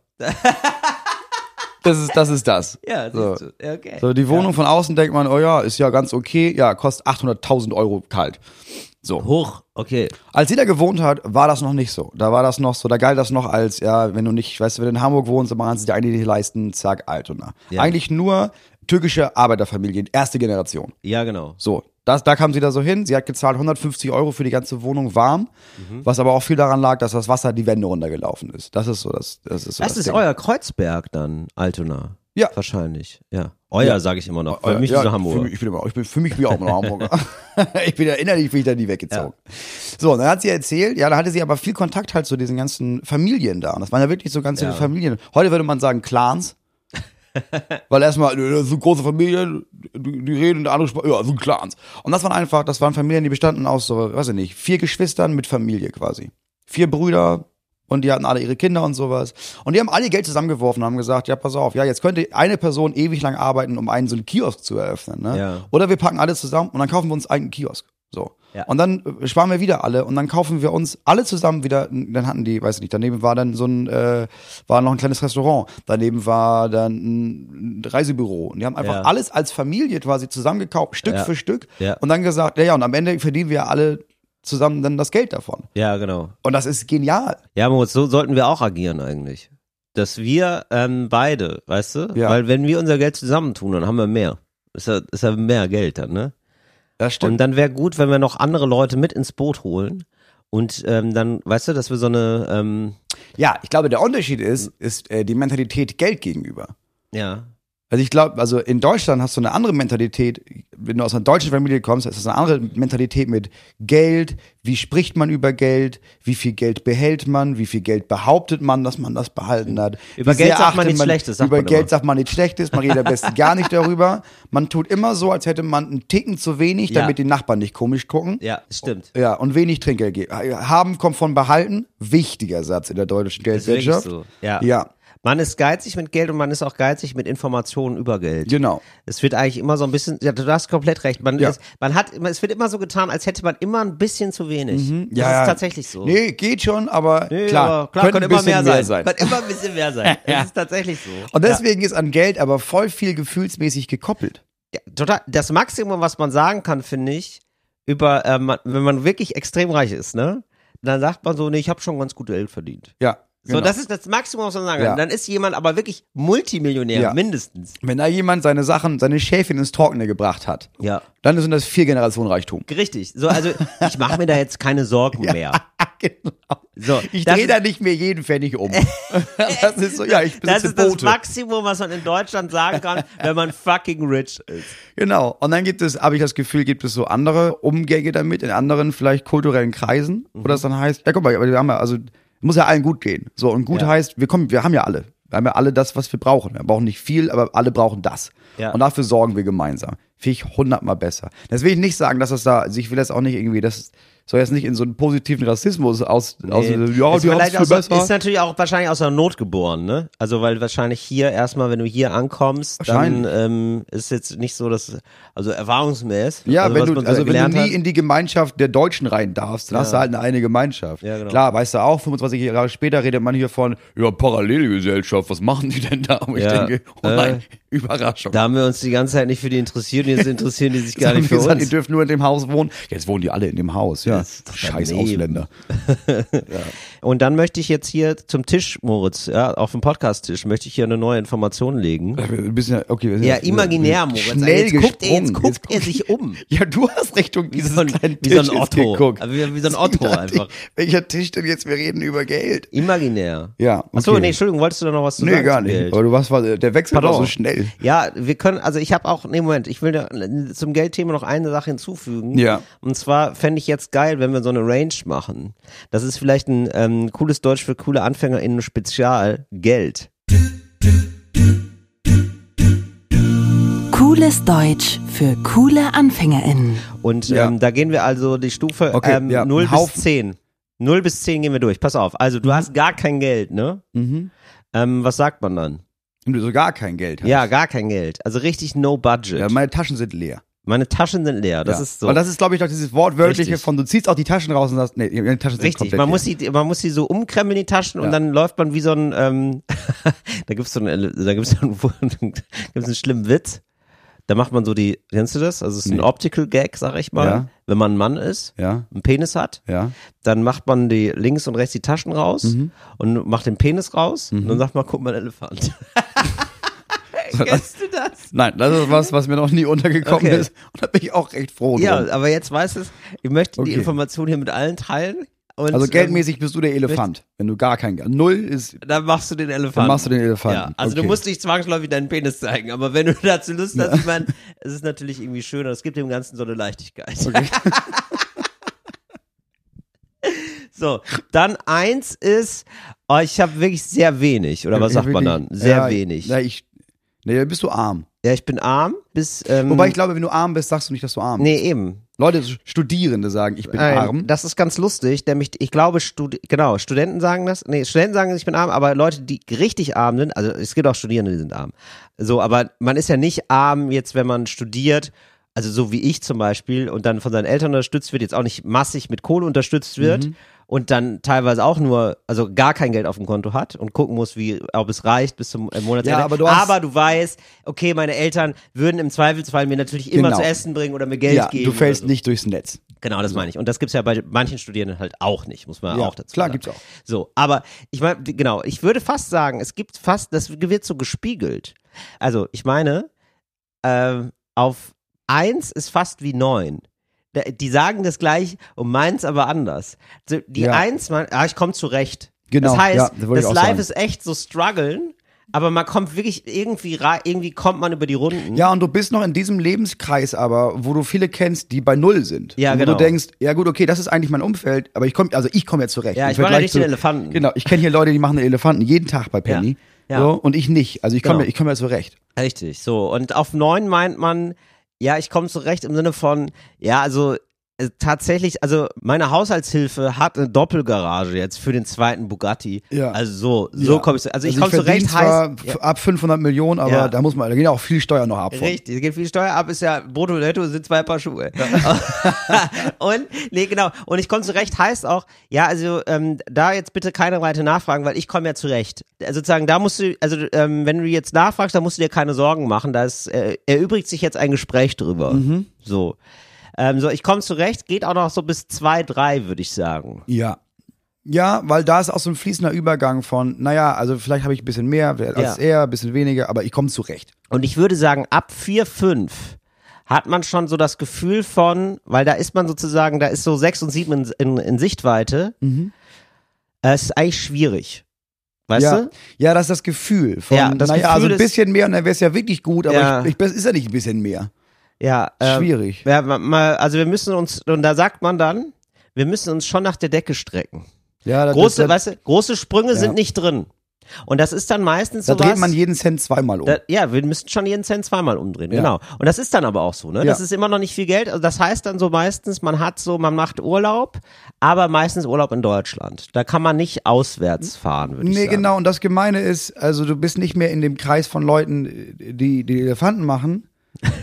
Speaker 2: Das ist das. Ist das.
Speaker 1: Ja,
Speaker 2: So.
Speaker 1: siehst du. Ja, okay.
Speaker 2: So, die Wohnung von außen denkt man, oh ja, ist ja ganz okay, ja, kostet 800.000 Euro kalt. So.
Speaker 1: Hoch, okay.
Speaker 2: Als sie da gewohnt hat, war das noch nicht so. Da war das noch so, da galt das noch als, ja, wenn du nicht, weißt du, wenn du in Hamburg wohnst, dann kannst du dir eigentlich nicht leisten, zack, Altona.
Speaker 1: Ja.
Speaker 2: Eigentlich nur türkische Arbeiterfamilien, erste Generation.
Speaker 1: Ja, genau.
Speaker 2: So, das, da kam sie da so hin. Sie hat gezahlt 150 Euro für die ganze Wohnung warm,
Speaker 1: Mhm.
Speaker 2: was aber auch viel daran lag, dass das Wasser die Wände runtergelaufen ist. Das ist so, das, das ist so.
Speaker 1: Das ist
Speaker 2: Ding.
Speaker 1: euer Kreuzberg dann, Altona.
Speaker 2: Ja.
Speaker 1: Wahrscheinlich, ja. Euer
Speaker 2: Ja.
Speaker 1: sage ich immer noch.
Speaker 2: Euer-
Speaker 1: Für mich
Speaker 2: ja,
Speaker 1: ist es Hamburg.
Speaker 2: Für mich, ich bin immer, ich bin, für mich bin ich auch immer noch Hamburger. ich bin ja innerlich bin ich da nie weggezogen. So, und dann hat sie erzählt, ja, da hatte sie aber viel Kontakt halt zu diesen ganzen Familien da. Und das waren ja wirklich so ganze
Speaker 1: Ja.
Speaker 2: Familien. Heute würde man sagen Clans. Weil erstmal, äh, so große Familien, die, die reden in der anderen Sprache, ja, so Clans. Und das waren einfach, das waren Familien, die bestanden aus so, weiß ich nicht, vier Geschwistern mit Familie quasi. Vier Brüder und die hatten alle ihre Kinder und sowas. Und die haben alle Geld zusammengeworfen und haben gesagt, ja, pass auf, ja, jetzt könnte eine Person ewig lang arbeiten, um einen so einen Kiosk zu eröffnen. Ne?
Speaker 1: Ja.
Speaker 2: Oder wir packen alle zusammen und dann kaufen wir uns einen Kiosk. So.
Speaker 1: Ja.
Speaker 2: Und dann äh, sparen wir wieder alle und dann kaufen wir uns alle zusammen wieder, dann hatten die, weiß ich nicht, daneben war dann so ein, äh, war noch ein kleines Restaurant, daneben war dann ein Reisebüro. Und die haben einfach
Speaker 1: Ja.
Speaker 2: alles als Familie quasi zusammengekauft, Stück
Speaker 1: Ja.
Speaker 2: für Stück.
Speaker 1: Ja.
Speaker 2: Und dann gesagt, ja, ja, und am Ende verdienen wir alle zusammen dann das Geld davon.
Speaker 1: Ja, genau.
Speaker 2: Und das ist genial.
Speaker 1: Ja, Moritz, so sollten wir auch agieren eigentlich. Dass wir ähm, beide, weißt du?
Speaker 2: Ja.
Speaker 1: Weil wenn wir unser Geld zusammentun, dann haben wir mehr. Ist ja, ist ja mehr Geld dann, ne?
Speaker 2: Das
Speaker 1: Und dann wäre gut, wenn wir noch andere Leute mit ins Boot holen. Und ähm, dann, weißt du, dass wir so eine, ähm,
Speaker 2: Ja, ich glaube, der Unterschied ist, ist äh, die Mentalität Geld gegenüber.
Speaker 1: ja,
Speaker 2: Also ich glaube, also in Deutschland hast du eine andere Mentalität. Wenn du aus einer deutschen Familie kommst, ist das eine andere Mentalität mit Geld. Wie spricht man über Geld? Wie viel Geld behält man? Wie viel Geld behauptet man, dass man das behalten hat?
Speaker 1: Über
Speaker 2: Wie sehr
Speaker 1: Geld sagt
Speaker 2: achtet
Speaker 1: man nichts Schlechtes, sagt
Speaker 2: über
Speaker 1: man
Speaker 2: Geld
Speaker 1: immer.
Speaker 2: sagt man nichts Schlechtes. Man redet am besten gar nicht darüber. Man tut immer so, als hätte man einen Ticken zu wenig,
Speaker 1: Ja.
Speaker 2: damit die Nachbarn nicht komisch gucken.
Speaker 1: ja, stimmt.
Speaker 2: Ja, und wenig Trinkgeld geben. Haben kommt von behalten. Wichtiger Satz in der deutschen
Speaker 1: Ist wirklich
Speaker 2: Geldwirtschaft.
Speaker 1: so. Ja.
Speaker 2: Ja.
Speaker 1: Man ist geizig mit Geld und man ist auch geizig mit Informationen über Geld.
Speaker 2: Genau.
Speaker 1: Es wird eigentlich immer so ein bisschen, ja, du hast komplett recht. Man,
Speaker 2: Ja.
Speaker 1: ist, man hat, immer- es wird immer so getan, als hätte man immer ein bisschen zu wenig.
Speaker 2: Mhm. Ja,
Speaker 1: das
Speaker 2: ja.
Speaker 1: ist tatsächlich so.
Speaker 2: Nee, geht schon, aber
Speaker 1: Nee,
Speaker 2: klar,
Speaker 1: aber klar
Speaker 2: könnte
Speaker 1: könnte
Speaker 2: ein
Speaker 1: immer
Speaker 2: bisschen
Speaker 1: mehr sein. Könnte immer ein bisschen mehr sein. Das ist tatsächlich so.
Speaker 2: Und deswegen ist an Geld aber voll viel gefühlsmäßig gekoppelt.
Speaker 1: Ja, total, das Maximum, was man sagen kann, finde ich, über, ähm, wenn man wirklich extrem reich ist, ne? Dann sagt man so, nee, ich habe schon ganz gut Geld verdient.
Speaker 2: Ja. genau.
Speaker 1: So, das ist das Maximum, was man sagen kann.
Speaker 2: Ja.
Speaker 1: Genau. Dann ist jemand aber wirklich Multimillionär,
Speaker 2: Ja.
Speaker 1: mindestens.
Speaker 2: Wenn da jemand seine Sachen, seine Schäfchen ins Trockene gebracht hat,
Speaker 1: Ja.
Speaker 2: dann sind das vier Generationen Reichtum.
Speaker 1: Richtig. So, also ich mache mir da jetzt keine Sorgen mehr.
Speaker 2: genau.
Speaker 1: So,
Speaker 2: Ich
Speaker 1: das
Speaker 2: drehe
Speaker 1: ist-
Speaker 2: da nicht mehr jeden Pfennig um. das ist so, ja,
Speaker 1: Das
Speaker 2: ich besitze
Speaker 1: ist das
Speaker 2: Boote.
Speaker 1: Maximum, was man in Deutschland sagen kann, wenn man fucking rich ist.
Speaker 2: Genau. Und dann gibt es, habe ich das Gefühl, gibt es so andere Umgänge damit in anderen vielleicht kulturellen Kreisen,
Speaker 1: Mhm.
Speaker 2: wo das dann heißt, ja guck mal, aber wir haben ja, also muss ja allen gut gehen. So und gut
Speaker 1: Ja.
Speaker 2: heißt, wir kommen, wir haben ja alle, wir haben ja alle das, was wir brauchen. Wir brauchen nicht viel, aber alle brauchen das.
Speaker 1: Ja.
Speaker 2: Und dafür sorgen wir gemeinsam. Finde ich hundertmal besser. Das will ich nicht sagen, dass das da, also ich will das auch nicht irgendwie, das soll jetzt nicht in so einen positiven Rassismus aus, aus ja,
Speaker 1: Äh,
Speaker 2: die haben
Speaker 1: ist,
Speaker 2: es
Speaker 1: vielleicht
Speaker 2: viel
Speaker 1: auch so-
Speaker 2: besser.
Speaker 1: ist natürlich auch wahrscheinlich aus der Not geboren, ne? Also weil wahrscheinlich hier erstmal, wenn du hier ankommst, dann
Speaker 2: Wahrscheinlich.
Speaker 1: ähm, ist jetzt nicht so, dass also erfahrungsmäßig.
Speaker 2: Ja,
Speaker 1: also,
Speaker 2: wenn
Speaker 1: was
Speaker 2: du,
Speaker 1: man so
Speaker 2: also wenn
Speaker 1: gelernt
Speaker 2: du nie
Speaker 1: hat.
Speaker 2: in die Gemeinschaft der Deutschen rein darfst, dann hast du halt eine eigene Gemeinschaft.
Speaker 1: Ja, genau.
Speaker 2: Klar, weißt du auch, 25 Jahre später redet man hier von, ja, Parallelgesellschaft, was machen die denn da? Und ich
Speaker 1: Ja,
Speaker 2: denke, oh
Speaker 1: äh,
Speaker 2: nein, Überraschung.
Speaker 1: da haben wir uns die ganze Zeit nicht für die interessiert und jetzt interessieren die sich
Speaker 2: Jetzt
Speaker 1: gar
Speaker 2: haben
Speaker 1: nicht
Speaker 2: wir
Speaker 1: für
Speaker 2: gesagt,
Speaker 1: uns.
Speaker 2: Die dürfen nur in dem Haus wohnen. Jetzt wohnen die alle in dem Haus, ja.
Speaker 1: Das ist doch
Speaker 2: Scheiß
Speaker 1: daneben.
Speaker 2: Ausländer.
Speaker 1: Und dann möchte ich jetzt hier zum Tisch, Moritz, ja, auf dem Podcast-Tisch, möchte ich hier eine neue Information legen.
Speaker 2: Ein bisschen, okay, wir sind
Speaker 1: Ja,
Speaker 2: jetzt-
Speaker 1: imaginär, Moritz. Also
Speaker 2: Schnell
Speaker 1: jetzt, guckt er, jetzt
Speaker 2: gesprungen.
Speaker 1: guckt er
Speaker 2: Jetzt-
Speaker 1: sich um.
Speaker 2: Ja, du hast Richtung
Speaker 1: Wie
Speaker 2: dieses
Speaker 1: so ein-
Speaker 2: kleinen
Speaker 1: wie so ein
Speaker 2: Tisches
Speaker 1: Otto.
Speaker 2: geguckt.
Speaker 1: Aber wie- wie so ein Otto
Speaker 2: Ich dachte,
Speaker 1: einfach.
Speaker 2: Welcher Tisch denn jetzt? Wir reden über Geld.
Speaker 1: Imaginär.
Speaker 2: Ja,
Speaker 1: Achso,
Speaker 2: okay.
Speaker 1: nee, Entschuldigung, wolltest du da noch was zu sagen?
Speaker 2: Nee, gar
Speaker 1: zum
Speaker 2: nicht.
Speaker 1: Geld?
Speaker 2: Aber du warst, war- der Wechsel war
Speaker 1: Pardon.
Speaker 2: so schnell.
Speaker 1: Ja, wir können, also ich habe auch, nee, Moment, ich will da äh, zum Geldthema noch eine Sache hinzufügen.
Speaker 2: Ja.
Speaker 1: Und zwar fände ich jetzt geil, wenn wir so eine Range machen. Das ist vielleicht ein ähm, cooles Deutsch für coole AnfängerInnen Spezial. Geld.
Speaker 3: Cooles Deutsch für coole AnfängerInnen.
Speaker 1: Und
Speaker 2: Ja.
Speaker 1: ähm, da gehen wir also die Stufe
Speaker 2: Okay,
Speaker 1: ähm,
Speaker 2: ja,
Speaker 1: 0
Speaker 2: ein Haufen.
Speaker 1: bis 10. 0 bis 10 gehen wir durch. Pass auf. Also du hast gar kein Geld, ne?
Speaker 2: Mhm.
Speaker 1: Ähm, was sagt man dann?
Speaker 2: Wenn du so gar kein Geld hast.
Speaker 1: Ja, gar kein Geld. Also richtig no budget.
Speaker 2: Ja, meine Taschen sind leer.
Speaker 1: Meine Taschen sind leer. Das
Speaker 2: ja.
Speaker 1: ist so.
Speaker 2: Und das ist, glaube ich, doch dieses wortwörtliche
Speaker 1: Richtig.
Speaker 2: von, du ziehst auch die Taschen raus und sagst, nee, meine Taschen sind
Speaker 1: Richtig,
Speaker 2: komplett
Speaker 1: man
Speaker 2: leer.
Speaker 1: muss, die, man muss die so umkrempeln, die Taschen, und
Speaker 2: Ja.
Speaker 1: dann läuft man wie so ein, ähm, da gibt's so einen, da gibt's so einen, gibt's einen schlimmen Witz. Da macht man so die, kennst du das? Also es ist ein
Speaker 2: Nee.
Speaker 1: Optical Gag, sag ich mal.
Speaker 2: Ja.
Speaker 1: Wenn man ein Mann ist,
Speaker 2: Ja,
Speaker 1: einen Penis hat,
Speaker 2: ja.
Speaker 1: dann macht man die links und rechts die Taschen raus
Speaker 2: Mhm.
Speaker 1: und macht den Penis raus und dann sagt man, guck mal, ein Elefant. Kennst du das?
Speaker 2: Nein, das ist was, was mir noch nie untergekommen
Speaker 1: Okay.
Speaker 2: ist. Und da bin ich auch recht froh
Speaker 1: Ja,
Speaker 2: drum.
Speaker 1: aber jetzt weißt du es, ich möchte die
Speaker 2: Okay.
Speaker 1: Information hier mit allen teilen. Und,
Speaker 2: Also
Speaker 1: ähm,
Speaker 2: geldmäßig bist du der Elefant. Wenn du gar kein Geld. Null ist,
Speaker 1: Dann machst du den Elefanten.
Speaker 2: Dann machst du den Elefanten.
Speaker 1: Ja, also du
Speaker 2: Okay.
Speaker 1: musst nicht zwangsläufig deinen Penis zeigen, aber wenn du dazu Lust hast, ich meine, es ist natürlich irgendwie schöner. Es gibt dem Ganzen so eine Leichtigkeit. so, dann eins ist, oh, ich habe wirklich sehr wenig. Oder was
Speaker 2: Ich
Speaker 1: sagt
Speaker 2: will
Speaker 1: man dann?
Speaker 2: nicht-
Speaker 1: Sehr
Speaker 2: ja,
Speaker 1: wenig.
Speaker 2: Na, ich, nee, dann bist du arm.
Speaker 1: Ja, ich bin arm bis. Ähm,
Speaker 2: Wobei ich glaube, wenn du arm bist, sagst du nicht, dass du arm bist.
Speaker 1: Nee, eben.
Speaker 2: Leute, Studierende sagen, ich bin
Speaker 1: Nein,
Speaker 2: arm.
Speaker 1: Das ist ganz lustig, nämlich ich glaube, Studi genau, Studenten sagen das. Nee, Studenten sagen, ich bin arm, aber Leute, die richtig arm sind, also es gibt auch Studierende, die sind arm. So, aber man ist ja nicht arm jetzt, wenn man studiert, also so wie ich zum Beispiel, und dann von seinen Eltern unterstützt wird, jetzt auch nicht massig mit Kohle unterstützt wird.
Speaker 2: Mhm.
Speaker 1: Und dann teilweise auch nur, also gar kein Geld auf dem Konto hat und gucken muss, wie, ob es reicht bis zum äh, Monatsende.
Speaker 2: Ja, aber du hast-
Speaker 1: aber du weißt, okay, meine Eltern würden im Zweifelsfall mir natürlich immer
Speaker 2: Genau.
Speaker 1: zu essen bringen oder mir Geld
Speaker 2: ja,
Speaker 1: geben.
Speaker 2: du fällst
Speaker 1: oder so.
Speaker 2: nicht durchs Netz.
Speaker 1: Genau, das meine ich. Und das gibt's ja bei manchen Studierenden halt auch nicht, muss man
Speaker 2: Also Ja,
Speaker 1: auch dazu
Speaker 2: klar
Speaker 1: sagen.
Speaker 2: gibt's auch.
Speaker 1: So, aber ich meine, die- genau, ich würde fast sagen, es gibt fast, das wird so gespiegelt. Also, ich meine, ähm, auf eins ist fast wie neun. Da- Die sagen das gleich und meins aber anders. So, Die
Speaker 2: Ja.
Speaker 1: eins, man, ah, ich komme zurecht.
Speaker 2: Genau,
Speaker 1: Das heißt,
Speaker 2: ja, das wollte ich
Speaker 1: das
Speaker 2: auch
Speaker 1: Live
Speaker 2: sagen.
Speaker 1: ist echt so struggeln, aber man kommt wirklich irgendwie rein, irgendwie kommt man über die Runden.
Speaker 2: Ja, und du bist noch in diesem Lebenskreis aber, wo du viele kennst, die bei Null sind.
Speaker 1: Ja,
Speaker 2: und wo
Speaker 1: genau.
Speaker 2: du denkst, ja gut, okay, das ist eigentlich mein Umfeld, aber ich komme, also ich komme ja zurecht.
Speaker 1: Ja,
Speaker 2: Im
Speaker 1: ich mache ja
Speaker 2: Vergleich
Speaker 1: nicht den Elefanten.
Speaker 2: Genau, ich kenne hier Leute, die machen den Elefanten jeden Tag bei Penny.
Speaker 1: Ja, ja.
Speaker 2: So, und ich nicht. Also ich komme
Speaker 1: Genau.
Speaker 2: ja, ich komm ja zurecht.
Speaker 1: Richtig, so. Und auf neun meint man, ja, ich komme zurecht im Sinne von, ja, also äh, tatsächlich, also meine Haushaltshilfe hat eine Doppelgarage jetzt für den zweiten Bugatti.
Speaker 2: Ja.
Speaker 1: Also so, so
Speaker 2: ja.
Speaker 1: komme ich zu, also, ich komme
Speaker 2: verdiene
Speaker 1: zurecht
Speaker 2: zwar
Speaker 1: heißt.
Speaker 2: f- ab 500 Millionen, aber
Speaker 1: Ja.
Speaker 2: da muss man, da gehen ja auch viel Steuer noch ab. von.
Speaker 1: Richtig, es geht viel Steuer ab, ist ja brutto und netto sind zwei Paar Schuhe. und nee, genau. Und ich komme zurecht heißt auch, ja, also ähm, da jetzt bitte keine weite Nachfragen, weil ich komme ja zurecht. Also sozusagen, da musst du, also ähm, wenn du jetzt
Speaker 2: Mhm.
Speaker 1: nachfragst, da musst du dir keine Sorgen machen. Da ist, äh, erübrigt sich jetzt ein Gespräch drüber. So. Ähm, so, ich komme zurecht, geht auch noch so bis zwei, drei, würde ich sagen.
Speaker 2: Ja. Ja, weil da ist auch so ein fließender Übergang von, naja, also vielleicht habe ich ein bisschen mehr
Speaker 1: Ja.
Speaker 2: als er, ein bisschen weniger, aber ich komme zurecht.
Speaker 1: Und ich würde sagen, ab vier, fünf hat man schon so das Gefühl von, weil da ist man sozusagen, da ist so sechs und sieben in, in, in Sichtweite.
Speaker 2: Mhm.
Speaker 1: Äh, Es ist eigentlich schwierig. Weißt
Speaker 2: ja.
Speaker 1: du?
Speaker 2: ja, das ist das Gefühl von,
Speaker 1: Ja, das
Speaker 2: naja,
Speaker 1: Gefühl
Speaker 2: also ein
Speaker 1: ist-
Speaker 2: bisschen mehr und dann wäre es ja wirklich gut, aber
Speaker 1: Ja.
Speaker 2: ich, ich, ist ja nicht ein bisschen mehr.
Speaker 1: Ja. ähm,
Speaker 2: Schwierig.
Speaker 1: Ja, ma- mal, also wir müssen uns, und da sagt man dann, wir müssen uns schon nach der Decke strecken.
Speaker 2: Ja, das,
Speaker 1: Große,
Speaker 2: das,
Speaker 1: weißt du, große Sprünge
Speaker 2: Ja.
Speaker 1: sind nicht drin. Und das ist dann meistens
Speaker 2: da
Speaker 1: so
Speaker 2: dreht man jeden Cent zweimal um.
Speaker 1: Da, ja, wir müssen schon jeden Cent zweimal umdrehen,
Speaker 2: Ja.
Speaker 1: genau. Und das ist dann aber auch so, ne?
Speaker 2: Ja.
Speaker 1: Das ist immer noch nicht viel Geld. Also das heißt dann so meistens, man hat so, man macht Urlaub, aber meistens Urlaub in Deutschland. Da kann man nicht auswärts fahren, würde ich
Speaker 2: Nee,
Speaker 1: sagen.
Speaker 2: genau. Und das Gemeine ist, also du bist nicht mehr in dem Kreis von Leuten, die die Elefanten machen.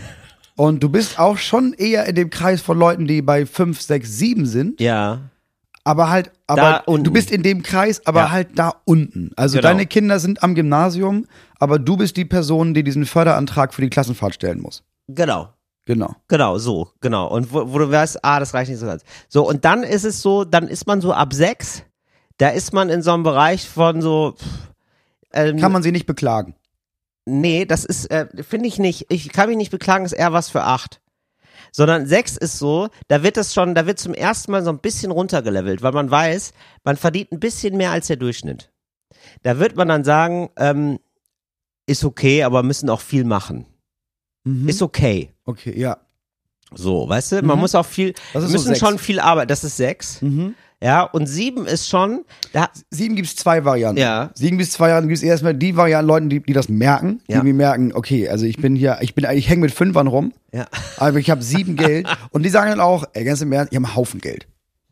Speaker 2: Und du bist auch schon eher in dem Kreis von Leuten, die bei 5, 6, 7 sind.
Speaker 1: Ja,
Speaker 2: Aber halt,
Speaker 1: Da
Speaker 2: aber du
Speaker 1: unten.
Speaker 2: bist in dem Kreis, aber
Speaker 1: Ja.
Speaker 2: halt da unten. Also
Speaker 1: Genau.
Speaker 2: deine Kinder sind am Gymnasium, aber du bist die Person, die diesen Förderantrag für die Klassenfahrt stellen muss.
Speaker 1: genau.
Speaker 2: Genau.
Speaker 1: Genau, so, genau. Und wo, wo du weißt, ah, das reicht nicht so ganz. So, und dann ist es so, dann ist man so ab sechs, da ist man in so einem Bereich von so. Pff, ähm,
Speaker 2: Kann man sie nicht beklagen.
Speaker 1: Nee, das ist, äh, finde ich nicht. Ich kann mich nicht beklagen, ist eher was für acht. Sondern sechs ist so, da wird das schon, da wird zum ersten Mal so ein bisschen runtergelevelt, weil man weiß, man verdient ein bisschen mehr als der Durchschnitt. Da wird man dann sagen, ähm, ist okay, aber müssen auch viel machen. Ist okay.
Speaker 2: Okay, ja.
Speaker 1: So, weißt du, man
Speaker 2: Mhm.
Speaker 1: muss auch viel,
Speaker 2: Das ist so
Speaker 1: müssen
Speaker 2: sechs.
Speaker 1: schon viel arbeiten. Das ist sechs. Ja, und sieben ist schon, da,
Speaker 2: Sieben gibt's zwei Varianten.
Speaker 1: Ja.
Speaker 2: Sieben bis zwei Varianten gibt's erstmal die Varianten Leuten, die, die das merken, die
Speaker 1: Ja.
Speaker 2: irgendwie merken, okay, also ich bin hier, ich bin, ich hänge mit Fünfern rum,
Speaker 1: ja.
Speaker 2: aber ich habe sieben Geld und die sagen dann auch, ey, ganz im Ernst, ich habe einen Haufen Geld.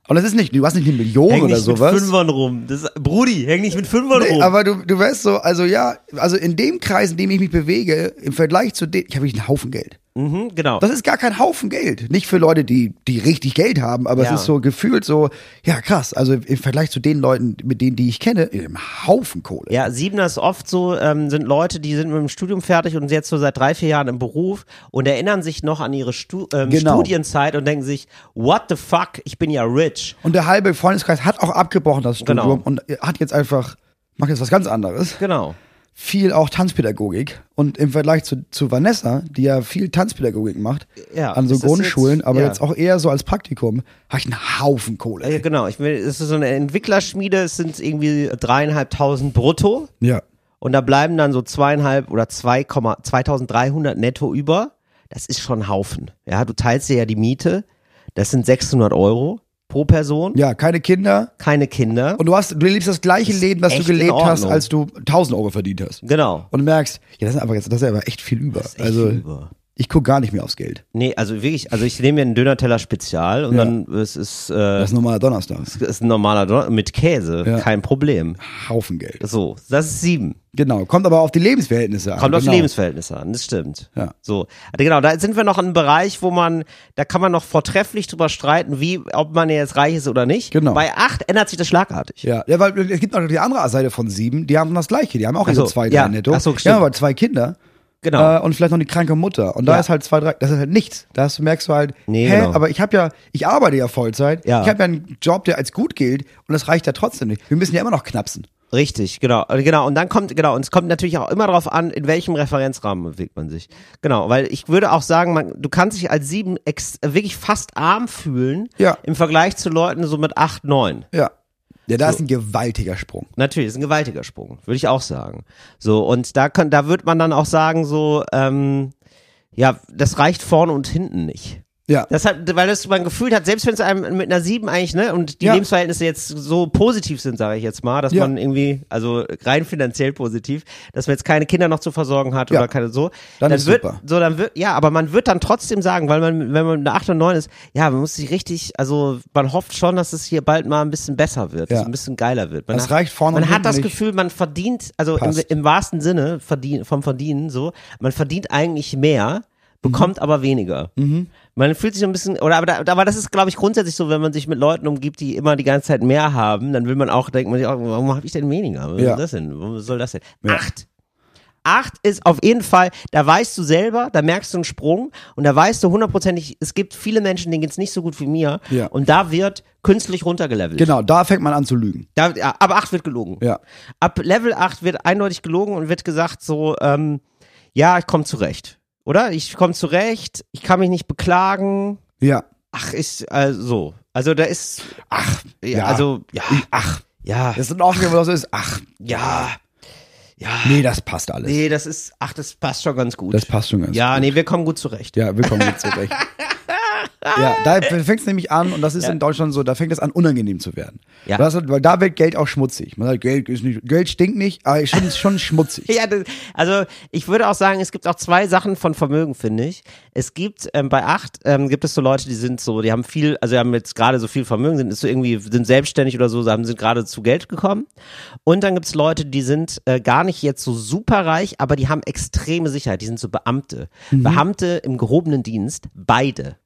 Speaker 2: Und das ist nicht, du hast nicht eine Million
Speaker 1: Häng
Speaker 2: oder
Speaker 1: nicht mit
Speaker 2: sowas.
Speaker 1: Fünfern rum. Das, Brudi, häng nicht mit Fünfern
Speaker 2: Nee,
Speaker 1: rum.
Speaker 2: aber du, du weißt so, also ja, also in dem Kreis, in dem ich mich bewege, im Vergleich zu dem, ich habe einen Haufen Geld.
Speaker 1: mhm, genau.
Speaker 2: Das ist gar kein Haufen Geld. Nicht für Leute, die, die richtig Geld haben, aber
Speaker 1: Ja.
Speaker 2: es ist so gefühlt so, ja krass, also im Vergleich zu den Leuten, mit denen, die ich kenne, im Haufen Kohle.
Speaker 1: Ja, Siebener ist oft so, ähm, sind Leute, die sind mit dem Studium fertig und sind jetzt so seit drei, vier Jahren im Beruf und erinnern sich noch an ihre Stu ähm,
Speaker 2: Genau.
Speaker 1: Studienzeit und denken sich, what the fuck, ich bin ja rich.
Speaker 2: Und der halbe Freundeskreis hat auch abgebrochen das Studium
Speaker 1: Genau.
Speaker 2: und hat jetzt einfach, macht jetzt was ganz anderes.
Speaker 1: Genau.
Speaker 2: Viel auch Tanzpädagogik. Und im Vergleich zu, zu Vanessa, die ja viel Tanzpädagogik macht,
Speaker 1: Ja,
Speaker 2: an so
Speaker 1: ist das jetzt-
Speaker 2: Grundschulen, aber
Speaker 1: ja.
Speaker 2: jetzt auch eher so als Praktikum, habe ich einen Haufen Kohle.
Speaker 1: Äh, genau, ich will, es ist so eine Entwicklerschmiede, es sind irgendwie dreieinhalbtausend brutto
Speaker 2: Ja.
Speaker 1: und da bleiben dann so zweieinhalb oder 2, 2300 netto über. Das ist schon ein Haufen. Ja, du teilst dir ja die Miete, das sind 600 Euro pro Person,
Speaker 2: Ja, keine Kinder.
Speaker 1: keine Kinder.
Speaker 2: Und du hast, du lebst das gleiche Leben, das du
Speaker 1: echt in
Speaker 2: gelebt hast,
Speaker 1: Ordnung.
Speaker 2: als du 1000 Euro verdient hast.
Speaker 1: genau.
Speaker 2: Und merkst, ja, das ist aber jetzt, das ist aber echt viel über.
Speaker 1: Echt
Speaker 2: also,
Speaker 1: über.
Speaker 2: ich gucke gar nicht mehr aufs Geld.
Speaker 1: Nee, also wirklich, also ich nehme mir einen Döner-Teller Spezial und
Speaker 2: Ja.
Speaker 1: dann es ist, äh,
Speaker 2: Das
Speaker 1: es
Speaker 2: ist normaler Donnerstag.
Speaker 1: ist ein normaler Döner mit Käse,
Speaker 2: Ja.
Speaker 1: kein Problem.
Speaker 2: Haufen Geld.
Speaker 1: So, das ist sieben.
Speaker 2: Genau. Kommt aber auf die Lebensverhältnisse an.
Speaker 1: Kommt auf die
Speaker 2: Genau.
Speaker 1: Lebensverhältnisse an, das stimmt.
Speaker 2: Ja.
Speaker 1: So, also genau, da sind wir noch in einem Bereich, wo man, da kann man noch vortrefflich drüber streiten, wie, ob man jetzt reich ist oder nicht.
Speaker 2: Genau.
Speaker 1: Bei acht ändert sich das schlagartig.
Speaker 2: Ja, ja, weil es gibt noch die andere Seite von sieben, die haben das gleiche, die haben auch
Speaker 1: Ach
Speaker 2: diese
Speaker 1: so,
Speaker 2: zwei, drei
Speaker 1: ja.
Speaker 2: netto.
Speaker 1: Ach so,
Speaker 2: ja,
Speaker 1: stimmt.
Speaker 2: aber zwei Kinder
Speaker 1: Genau.
Speaker 2: äh, und vielleicht noch eine kranke Mutter. Und da
Speaker 1: Ja.
Speaker 2: ist halt zwei, drei, das ist halt nichts. Da hast du- merkst du halt,
Speaker 1: Nee,
Speaker 2: hä,
Speaker 1: genau.
Speaker 2: aber ich habe ja, ich arbeite ja Vollzeit,
Speaker 1: Ja.
Speaker 2: ich habe ja einen Job, der als gut gilt und das reicht ja trotzdem nicht. Wir müssen ja immer noch knapsen.
Speaker 1: Richtig, genau, äh, genau. Und dann kommt, genau, und es kommt natürlich auch immer darauf an, in welchem Referenzrahmen bewegt man sich. Genau, weil ich würde auch sagen, man, du kannst dich als sieben ex, äh, wirklich fast arm fühlen
Speaker 2: Ja.
Speaker 1: im Vergleich zu Leuten so mit acht, neun.
Speaker 2: Ja. Ja, da
Speaker 1: So.
Speaker 2: ist ein gewaltiger Sprung.
Speaker 1: Natürlich, ist ein gewaltiger Sprung, würde ich auch sagen. So, und da kann, da wird man dann auch sagen, so, ähm, ja, das reicht vorne und hinten nicht.
Speaker 2: Ja.
Speaker 1: Das hat, weil das man gefühlt hat, selbst wenn es einem mit einer 7 eigentlich, ne, und die
Speaker 2: Ja.
Speaker 1: Lebensverhältnisse jetzt so positiv sind, sage ich jetzt mal, dass
Speaker 2: Ja.
Speaker 1: man irgendwie, also rein finanziell positiv, dass man jetzt keine Kinder noch zu versorgen hat
Speaker 2: Ja.
Speaker 1: oder keine so.
Speaker 2: Dann ist
Speaker 1: wird,
Speaker 2: super.
Speaker 1: So, dann wird, ja, aber man wird dann trotzdem sagen, weil man, wenn man eine 8 und 9 ist, ja, man muss sich richtig, also man hofft schon, dass es hier bald mal ein bisschen besser wird, dass
Speaker 2: Ja.
Speaker 1: es ein bisschen geiler wird. Man
Speaker 2: Das reicht vorne und
Speaker 1: Man hat
Speaker 2: hinten
Speaker 1: das
Speaker 2: nicht.
Speaker 1: Gefühl, man verdient, also im,
Speaker 2: Passt.
Speaker 1: im wahrsten Sinne verdien, vom Verdienen so, man verdient eigentlich mehr,
Speaker 2: Mhm.
Speaker 1: bekommt aber weniger. Man fühlt sich so ein bisschen, oder aber, da, aber das ist, glaube ich, grundsätzlich so, wenn man sich mit Leuten umgibt, die immer die ganze Zeit mehr oh, haben, dann will man auch, denkt man sich auch, warum habe ich denn weniger? Was
Speaker 2: Ja.
Speaker 1: ist das denn? Warum soll das denn? Acht. Acht ist auf jeden Fall, da weißt du selber, da merkst du einen Sprung und da weißt du hundertprozentig, es gibt viele Menschen, denen geht's nicht so gut wie mir.
Speaker 2: Ja.
Speaker 1: Und da wird künstlich runtergelevelt.
Speaker 2: Genau, da fängt man an zu lügen.
Speaker 1: Da, ja, ab 8 wird gelogen.
Speaker 2: Ja.
Speaker 1: Ab Level 8 wird eindeutig gelogen und wird gesagt so, ähm, ja, ich komme zurecht. Oder? Ich komme zurecht, ich kann mich nicht beklagen.
Speaker 2: Ja.
Speaker 1: Ach, ist äh, so. Also da ist,
Speaker 2: Ach,
Speaker 1: ja, also, ja,
Speaker 2: Ach,
Speaker 1: ja,
Speaker 2: das ist oft, wenn das so ist. Ach,
Speaker 1: ja, ja.
Speaker 2: nee, das passt alles.
Speaker 1: Nee, das ist, ach, das passt schon ganz gut.
Speaker 2: Das passt schon ganz
Speaker 1: ja, nee, wir kommen gut zurecht.
Speaker 2: Ja, willkommen jetzt zurecht. Ja, da fängt es nämlich an, und das ist in Deutschland so, da fängt es an, unangenehm zu werden.
Speaker 1: Ja.
Speaker 2: Das, weil da wird Geld auch schmutzig. Man sagt, Geld ist nicht, Geld stinkt nicht, aber ist schon, schon schmutzig.
Speaker 1: Ja, das, also ich würde auch sagen, es gibt auch zwei Sachen von Vermögen, finde ich. Es gibt ähm, bei acht ähm, gibt es so Leute, die sind so, die haben viel, also die haben jetzt gerade so viel Vermögen, sind ist so irgendwie sind selbstständig oder so, haben sind gerade zu Geld gekommen. Und dann gibt es Leute, die sind äh, gar nicht jetzt so superreich, aber die haben extreme Sicherheit. Die sind so Beamte, Beamte im gehobenen Dienst, beide.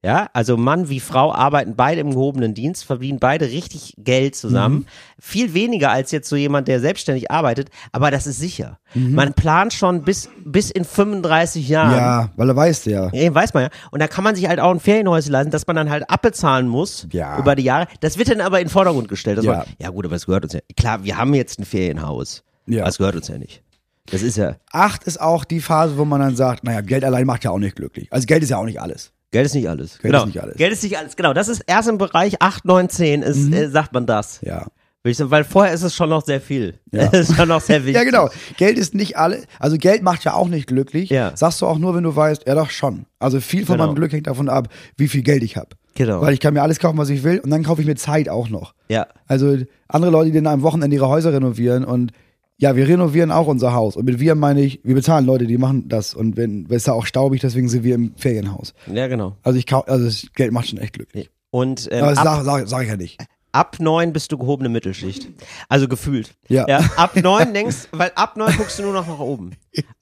Speaker 1: Ja, also Mann wie Frau arbeiten beide im gehobenen Dienst, verdienen beide richtig Geld zusammen. Viel weniger als jetzt so jemand, der selbstständig arbeitet, aber das ist sicher. Man plant schon bis, bis in 35 Jahren.
Speaker 2: Ja, weil er weiß ja.
Speaker 1: Ja. Weiß man ja. Und da kann man sich halt auch ein Ferienhäuschen leisten, dass man dann halt abbezahlen muss
Speaker 2: Ja.
Speaker 1: über die Jahre. Das wird dann aber in den Vordergrund gestellt. Dass
Speaker 2: Ja.
Speaker 1: Man, ja gut, aber es gehört uns ja. Klar, wir haben jetzt ein Ferienhaus.
Speaker 2: Ja.
Speaker 1: Aber es gehört uns ja nicht. Das ist ja,
Speaker 2: Acht ist auch die Phase, wo man dann sagt, naja, Geld allein macht ja auch nicht glücklich. Also Geld ist ja auch nicht alles.
Speaker 1: Geld ist nicht alles.
Speaker 2: Geld
Speaker 1: genau.
Speaker 2: ist nicht alles. Mhm.
Speaker 1: Geld ist nicht alles, genau. Das ist erst im Bereich 8, 9, 10 ist, äh, sagt man das.
Speaker 2: Ja.
Speaker 1: Würde ich sagen, weil vorher ist es schon noch sehr viel.
Speaker 2: Ja.
Speaker 1: Es ist schon noch sehr wichtig.
Speaker 2: Ja, genau. Geld ist nicht alles. Also Geld macht ja auch nicht glücklich.
Speaker 1: Ja.
Speaker 2: Sagst du auch nur, wenn du weißt, ja doch schon. Also viel von
Speaker 1: Genau.
Speaker 2: meinem Glück hängt davon ab, wie viel Geld ich habe.
Speaker 1: Genau.
Speaker 2: Weil ich kann mir alles kaufen, was ich will und dann kaufe ich mir Zeit auch noch.
Speaker 1: Ja.
Speaker 2: Also andere Leute, die dann am Wochenende ihre Häuser renovieren und ja, wir renovieren auch unser Haus. Und mit wir meine ich, wir bezahlen Leute, die machen das. Und wenn, ist ja auch staubig, deswegen sind wir im Ferienhaus.
Speaker 1: Ja, genau.
Speaker 2: Also ich kau- also das Geld macht schon echt glücklich.
Speaker 1: Und ähm,
Speaker 2: Aber das
Speaker 1: ab,
Speaker 2: sag, sag, sag ich ja nicht.
Speaker 1: ab 9 bist du gehobene Mittelschicht. Also gefühlt.
Speaker 2: Ja.
Speaker 1: ab 9 denkst, weil ab 9 guckst du nur noch nach oben.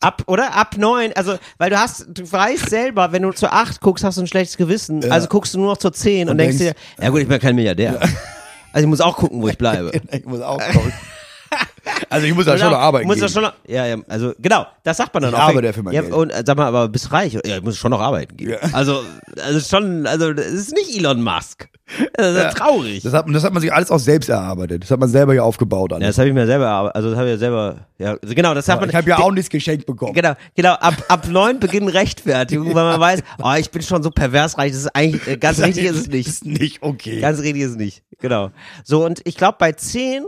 Speaker 1: Ab, oder? Ab 9, also, weil du hast, du weißt selber, wenn du zur 8 guckst, hast du ein schlechtes Gewissen. Also guckst du nur noch zur 10 und,
Speaker 2: Und
Speaker 1: denkst,
Speaker 2: denkst,
Speaker 1: dir, ja gut, ich bin ja kein Milliardär. Also ich muss auch gucken, wo ich bleibe.
Speaker 2: Ich muss auch kaufen. Also ich muss da schon noch arbeiten.
Speaker 1: Muss
Speaker 2: gehen.
Speaker 1: ja schon noch, ja, ja, also genau, das sagt man dann
Speaker 2: Ich
Speaker 1: auch.
Speaker 2: arbeite ja für mein
Speaker 1: ja,
Speaker 2: Geld.
Speaker 1: Und äh, sag mal, aber bist reich? oder? Ja, ich muss schon noch arbeiten gehen.
Speaker 2: Ja.
Speaker 1: Also, also schon, also das ist nicht Elon Musk. Das ist ja. traurig.
Speaker 2: Das hat, das hat man sich alles auch selbst erarbeitet. Das hat man selber ja aufgebaut.
Speaker 1: ja,
Speaker 2: Alles.
Speaker 1: das habe ich mir selber, erarbeitet. also das habe ich ja selber, ja, also genau, das sagt man.
Speaker 2: ich habe ja auch nichts geschenkt bekommen.
Speaker 1: Genau, genau, ab, ab neun beginnen Rechtfertigung, weil man weiß, oh, ich bin schon so pervers reich, das ist eigentlich, äh, ganz richtig ist es nicht.
Speaker 2: Ist nicht okay.
Speaker 1: Ganz richtig ist es nicht, genau. So, und ich glaube, bei zehn,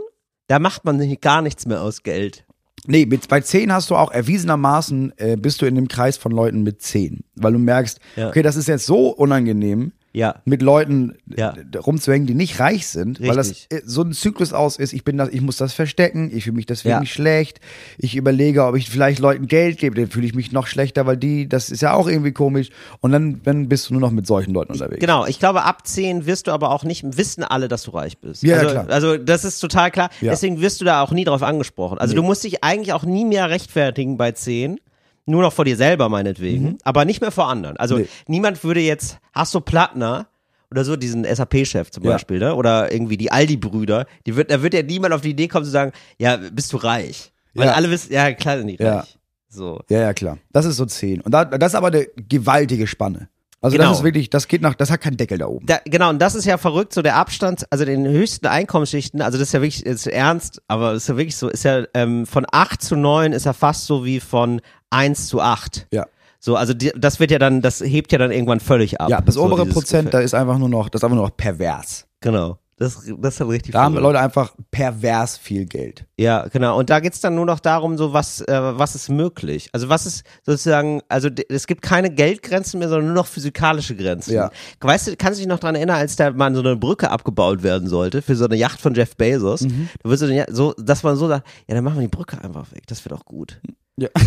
Speaker 1: da macht man sich gar nichts mehr aus Geld.
Speaker 2: Nee, mit, bei 10 hast du auch erwiesenermaßen, äh, bist du in dem Kreis von Leuten mit 10. Weil du merkst,
Speaker 1: Ja.
Speaker 2: okay, das ist jetzt so unangenehm,
Speaker 1: Ja.
Speaker 2: mit Leuten äh,
Speaker 1: Ja.
Speaker 2: d- rumzuhängen, die nicht reich sind, weil das
Speaker 1: Richtig.
Speaker 2: äh, so ein Zyklus aus ist, ich bin das, ich muss das verstecken, ich fühle mich deswegen
Speaker 1: Ja.
Speaker 2: schlecht, ich überlege, ob ich vielleicht Leuten Geld gebe, dann fühle ich mich noch schlechter, weil die, das ist ja auch irgendwie komisch. Und dann, dann bist du nur noch mit solchen Leuten unterwegs.
Speaker 1: Genau, ich glaube, ab 10 wirst du aber auch nicht, wissen alle, dass du reich bist.
Speaker 2: Ja, ja,
Speaker 1: also,
Speaker 2: klar.
Speaker 1: also das ist total klar.
Speaker 2: Ja.
Speaker 1: Deswegen wirst du da auch nie drauf angesprochen. Also du musst dich eigentlich auch nie mehr rechtfertigen bei 10. Nur noch vor dir selber, meinetwegen, aber nicht mehr vor anderen. Also
Speaker 2: Mhm. Nee.
Speaker 1: niemand würde jetzt, hast du Plattner oder so, diesen SAP-Chef zum
Speaker 2: Ja.
Speaker 1: Beispiel, ne? oder irgendwie die Aldi-Brüder, die wird, da wird ja niemand auf die Idee kommen zu sagen, ja, bist du reich? Weil
Speaker 2: Ja.
Speaker 1: alle wissen, ja, klar sind die
Speaker 2: Ja.
Speaker 1: reich. So.
Speaker 2: Ja, ja, klar. Das ist so 10. Und da, das ist aber eine gewaltige Spanne. Also
Speaker 1: Genau.
Speaker 2: das ist wirklich, das geht nach, das hat keinen Deckel da oben.
Speaker 1: Da, genau, und das ist ja verrückt, so der Abstand, also den höchsten Einkommensschichten, also das ist ja wirklich, ist ernst, aber ist ja wirklich so, ist ja ähm, von 8 zu 9 ist ja fast so wie von 1 zu 8.
Speaker 2: Ja.
Speaker 1: So, also die, das wird ja dann, das hebt ja dann irgendwann völlig ab.
Speaker 2: Ja, das
Speaker 1: so
Speaker 2: obere
Speaker 1: dieses
Speaker 2: Prozent,
Speaker 1: Gefühl.
Speaker 2: da ist einfach nur noch, das ist einfach nur noch pervers.
Speaker 1: Genau. Das, das ist dann richtig
Speaker 2: Da haben
Speaker 1: verrückt.
Speaker 2: Leute einfach pervers viel Geld.
Speaker 1: Ja, genau. Und da geht's dann nur noch darum, so was, äh, was ist möglich. Also was ist sozusagen, also d- es gibt keine Geldgrenzen mehr, sondern nur noch physikalische Grenzen.
Speaker 2: Ja.
Speaker 1: Weißt du, kannst du dich noch dran erinnern, als da mal so eine Brücke abgebaut werden sollte für so eine Yacht von Jeff Bezos, da wird so, eine Ja- so, dass man so sagt, ja, dann machen wir die Brücke einfach weg, das wird auch gut.
Speaker 2: Ja.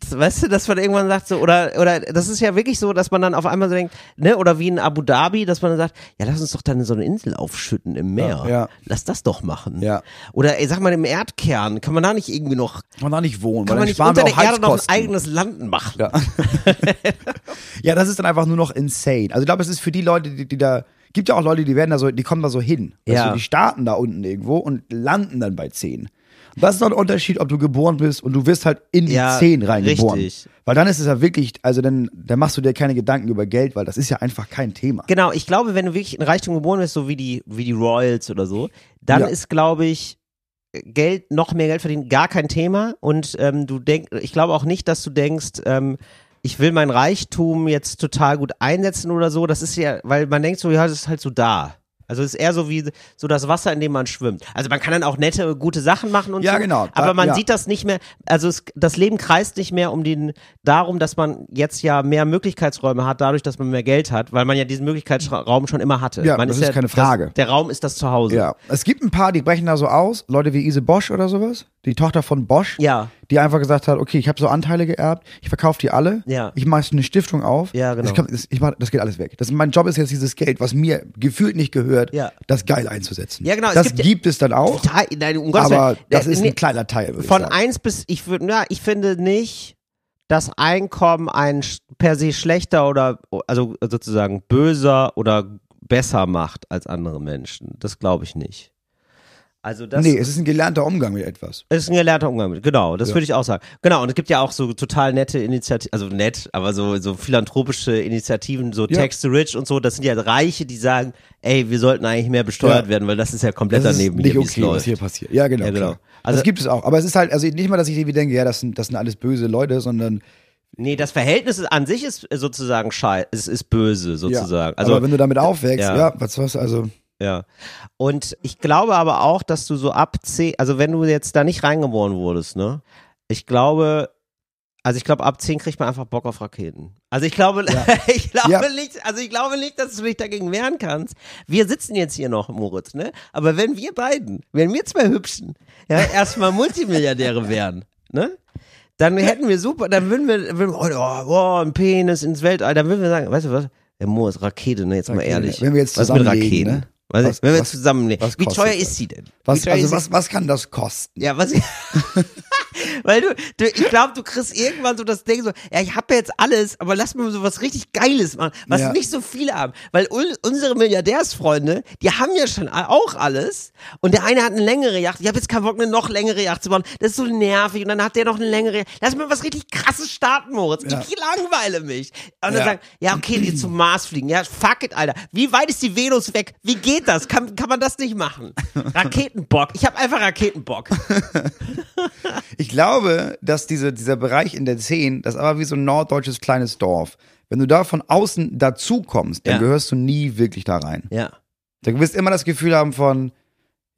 Speaker 1: Das- Weißt du, dass man irgendwann sagt so, oder, oder das ist ja wirklich so, dass man dann auf einmal so denkt, ne, oder wie in Abu Dhabi, dass man dann sagt, ja, lass uns doch dann so eine Insel aufschütten im Meer.
Speaker 2: Ja, ja.
Speaker 1: Lass das doch machen.
Speaker 2: Ja.
Speaker 1: Oder ey, sag mal im Erdkern, kann man da nicht irgendwie noch,
Speaker 2: Kann man da nicht wohnen,
Speaker 1: kann man
Speaker 2: weil dann
Speaker 1: nicht
Speaker 2: sparen
Speaker 1: unter
Speaker 2: wir
Speaker 1: der
Speaker 2: auch
Speaker 1: Erde noch ein
Speaker 2: Heizkosten.
Speaker 1: eigenes Land machen?
Speaker 2: Ja. ja, das ist dann einfach nur noch insane. Also ich glaube, es ist für die Leute, die, die da, gibt ja auch Leute, die werden da so, die kommen da so hin. Weißt
Speaker 1: Ja.
Speaker 2: Du, die starten da unten irgendwo und landen dann bei 10. Und Was ist doch ein Unterschied, ob du geboren bist und du wirst halt in die
Speaker 1: Ja,
Speaker 2: 10 reingeboren?
Speaker 1: richtig.
Speaker 2: Weil dann ist es ja wirklich, also dann, dann machst du dir keine Gedanken über Geld, weil das ist ja einfach kein Thema.
Speaker 1: Genau, ich glaube, wenn du wirklich in Reichtum geboren bist, so wie die, wie die Royals oder so, dann
Speaker 2: Ja.
Speaker 1: ist, glaube ich, Geld, noch mehr Geld verdienen, gar kein Thema. Und ähm, du denkst, ich glaube auch nicht, dass du denkst, ähm, ich will mein Reichtum jetzt total gut einsetzen oder so. Das ist ja, weil man denkt so, ja, das ist halt so da. Also es ist eher so wie so das Wasser, in dem man schwimmt. Also man kann dann auch nette, gute Sachen machen und
Speaker 2: Ja,
Speaker 1: so,
Speaker 2: genau. Da-
Speaker 1: aber man
Speaker 2: ja.
Speaker 1: sieht das nicht mehr. Also es, das Leben kreist nicht mehr um den darum, dass man jetzt ja mehr Möglichkeitsräume hat, dadurch, dass man mehr Geld hat, weil man ja diesen Möglichkeitsraum schon immer hatte.
Speaker 2: Ja,
Speaker 1: man
Speaker 2: das ist
Speaker 1: ja,
Speaker 2: keine Frage.
Speaker 1: Das, der Raum ist das Zuhause.
Speaker 2: Ja. Es gibt ein paar, die brechen da so aus, Leute wie Ise Bosch oder sowas, die Tochter von Bosch,
Speaker 1: Ja.
Speaker 2: die einfach gesagt hat, okay, ich habe so Anteile geerbt, ich verkaufe die alle,
Speaker 1: Ja.
Speaker 2: ich mache eine Stiftung auf,
Speaker 1: Ja, genau.
Speaker 2: das, kann, das, ich mach, das geht alles weg. Das, mein Job ist jetzt dieses Geld, was mir gefühlt nicht gehört,
Speaker 1: Ja.
Speaker 2: das geil einzusetzen.
Speaker 1: Ja, genau, es
Speaker 2: Das
Speaker 1: gibt
Speaker 2: gibt,
Speaker 1: ja-
Speaker 2: es dann auch,
Speaker 1: Total, nein, um Gottes
Speaker 2: aber
Speaker 1: Willen.
Speaker 2: das
Speaker 1: Äh,
Speaker 2: ist
Speaker 1: nee,
Speaker 2: ein kleiner Teil. würd ich
Speaker 1: Von
Speaker 2: sagen.
Speaker 1: 1 bis, ich würde, na, ich finde nicht, dass Einkommen ein sch- per se schlechter oder, also sozusagen böser oder besser macht als andere Menschen. Das glaube ich nicht. Also das
Speaker 2: Nee, es ist ein gelernter Umgang mit etwas.
Speaker 1: Es ist ein gelernter Umgang mit, genau, das
Speaker 2: Ja.
Speaker 1: würde ich auch sagen. Genau, und es gibt ja auch so total nette Initiativen, also nett, aber so, so philanthropische Initiativen, so
Speaker 2: Ja.
Speaker 1: Text to Rich und so, das sind ja Reiche, die sagen, ey, wir sollten eigentlich mehr besteuert
Speaker 2: Ja.
Speaker 1: werden, weil das ist ja komplett
Speaker 2: Das ist
Speaker 1: daneben
Speaker 2: nicht
Speaker 1: hier,
Speaker 2: okay,
Speaker 1: wie es
Speaker 2: was
Speaker 1: läuft.
Speaker 2: hier passiert. Ja, genau.
Speaker 1: Ja, genau.
Speaker 2: klar.
Speaker 1: Also-
Speaker 2: das gibt es auch. Aber es ist halt, also nicht mal, dass ich irgendwie denke, ja, das sind, das sind alles böse Leute, sondern
Speaker 1: Nee, das Verhältnis an sich ist sozusagen scheiße, es ist böse sozusagen.
Speaker 2: Ja,
Speaker 1: Also,
Speaker 2: aber wenn du damit aufwächst,
Speaker 1: ja.
Speaker 2: ja, was was also
Speaker 1: Ja. Und ich glaube aber auch, dass du so ab 10, also wenn du jetzt da nicht reingeboren wurdest, ne? Ich glaube, also ich glaube, ab 10 kriegt man einfach Bock auf Raketen. Also ich glaube, ich glaube
Speaker 2: Ja.
Speaker 1: nicht, also ich glaube nicht, dass du dich dagegen wehren kannst. Wir sitzen jetzt hier noch, Moritz, ne? Aber wenn wir beiden, wenn wir zwei Hübschen, ja, erstmal Multimilliardäre wären, ne? Dann hätten wir super, dann würden wir, würden wir oh, oh, ein Penis ins Weltall, dann würden wir sagen, weißt du was? Der Moritz, Rakete, ne? Jetzt mal
Speaker 2: Rakete.
Speaker 1: ehrlich.
Speaker 2: Wenn wir jetzt
Speaker 1: was mit Raketen?
Speaker 2: zusammenlegen, ne?
Speaker 1: Was,
Speaker 2: Was-
Speaker 1: wenn wir
Speaker 2: was-
Speaker 1: zusammenlegen.
Speaker 2: was
Speaker 1: Wie
Speaker 2: kostet
Speaker 1: teuer
Speaker 2: das?
Speaker 1: ist sie denn? Wie
Speaker 2: was
Speaker 1: teuer ist
Speaker 2: also
Speaker 1: sie?
Speaker 2: was was kann das kosten?
Speaker 1: Ja, was? Weil du, du ich glaube, du kriegst irgendwann so das Ding so, ja, ich habe ja jetzt alles, aber lass mal so was richtig Geiles machen, was
Speaker 2: Ja.
Speaker 1: nicht so viele haben. Weil un unsere Milliardärsfreunde, die haben ja schon a- auch alles und der eine hat eine längere Yacht, ich habe jetzt keinen Bock, eine noch längere Yacht zu bauen, das ist so nervig und dann hat der noch eine längere Yacht. Lass mal was richtig krasses starten, Moritz,
Speaker 2: Ja.
Speaker 1: ich langweile mich. Und dann
Speaker 2: Ja.
Speaker 1: sagen, ja, okay, die zum Mars fliegen, ja, fuck it, Alter. Wie weit ist die Venus weg? Wie geht das? Kann, kann man das nicht machen? Raketenbock, ich habe einfach Raketenbock.
Speaker 2: Ich glaube, dass diese, dieser Bereich in der 10, das ist aber wie so ein norddeutsches kleines Dorf. Wenn du da von außen dazu kommst, dann
Speaker 1: Ja.
Speaker 2: gehörst du nie wirklich da rein.
Speaker 1: Ja.
Speaker 2: Du wirst immer das Gefühl haben von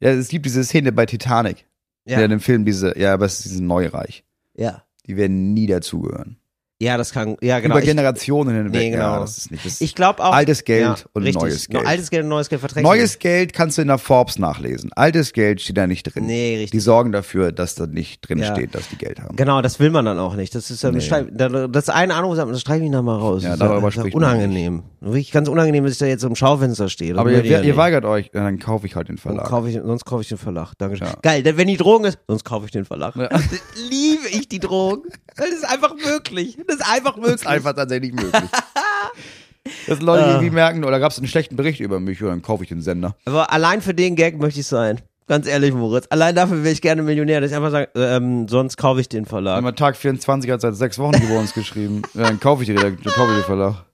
Speaker 2: ja, es gibt diese Szene bei Titanic,
Speaker 1: Ja.
Speaker 2: in dem Film diese ja, aber es ist dieses Neureich.
Speaker 1: Ja.
Speaker 2: Die werden nie dazugehören.
Speaker 1: Ja, das kann, ja, genau.
Speaker 2: Über Generationen hinweg.
Speaker 1: Nee, genau.
Speaker 2: ja, das ist nicht das.
Speaker 1: ich ich glaube auch.
Speaker 2: altes Geld
Speaker 1: ja,
Speaker 2: und
Speaker 1: richtig.
Speaker 2: neues Geld.
Speaker 1: Altes Geld und neues Geld verträgt.
Speaker 2: Neues Geld kannst du in der Forbes nachlesen. Altes Geld steht da nicht drin.
Speaker 1: Nee, richtig.
Speaker 2: Die sorgen dafür, dass da nicht drin
Speaker 1: Ja.
Speaker 2: steht, dass die Geld haben.
Speaker 1: Genau, das will man dann auch nicht. Das ist dann, streich- da- das eine Anruf sagt, das streiche ich noch mal raus.
Speaker 2: Ja,
Speaker 1: das
Speaker 2: darüber
Speaker 1: ist ja
Speaker 2: spricht man
Speaker 1: unangenehm. Wirklich ganz unangenehm, dass ich da jetzt im Schaufenster stehe. Das
Speaker 2: Aber
Speaker 1: will
Speaker 2: ihr,
Speaker 1: ich ja
Speaker 2: ihr
Speaker 1: nicht.
Speaker 2: weigert euch, ja, dann kaufe ich halt den
Speaker 1: Sonst
Speaker 2: Verlag.
Speaker 1: kaufe ich, sonst kaufe ich den Verlag. Dankeschön.
Speaker 2: Ja.
Speaker 1: Geil, denn wenn die Drogen ist, sonst kaufe ich den Verlag. Liebe ich die Drogen. Das ist einfach möglich. Das ist einfach möglich.
Speaker 2: das ist einfach tatsächlich möglich. Dass Leute
Speaker 1: Ah.
Speaker 2: irgendwie merken, oder gab es einen schlechten Bericht über mich, oder dann kaufe ich den Sender.
Speaker 1: Aber allein für den Gag möchte ich sein. Ganz ehrlich, Moritz. Allein dafür wäre ich gerne Millionär, dass ich einfach sage, ähm, sonst kaufe ich den Verlag.
Speaker 2: Einmal Tag 24 hat seit sechs Wochen über uns geschrieben. Ja, dann kaufe ich die Redakt- dann kaufe ich den Verlag.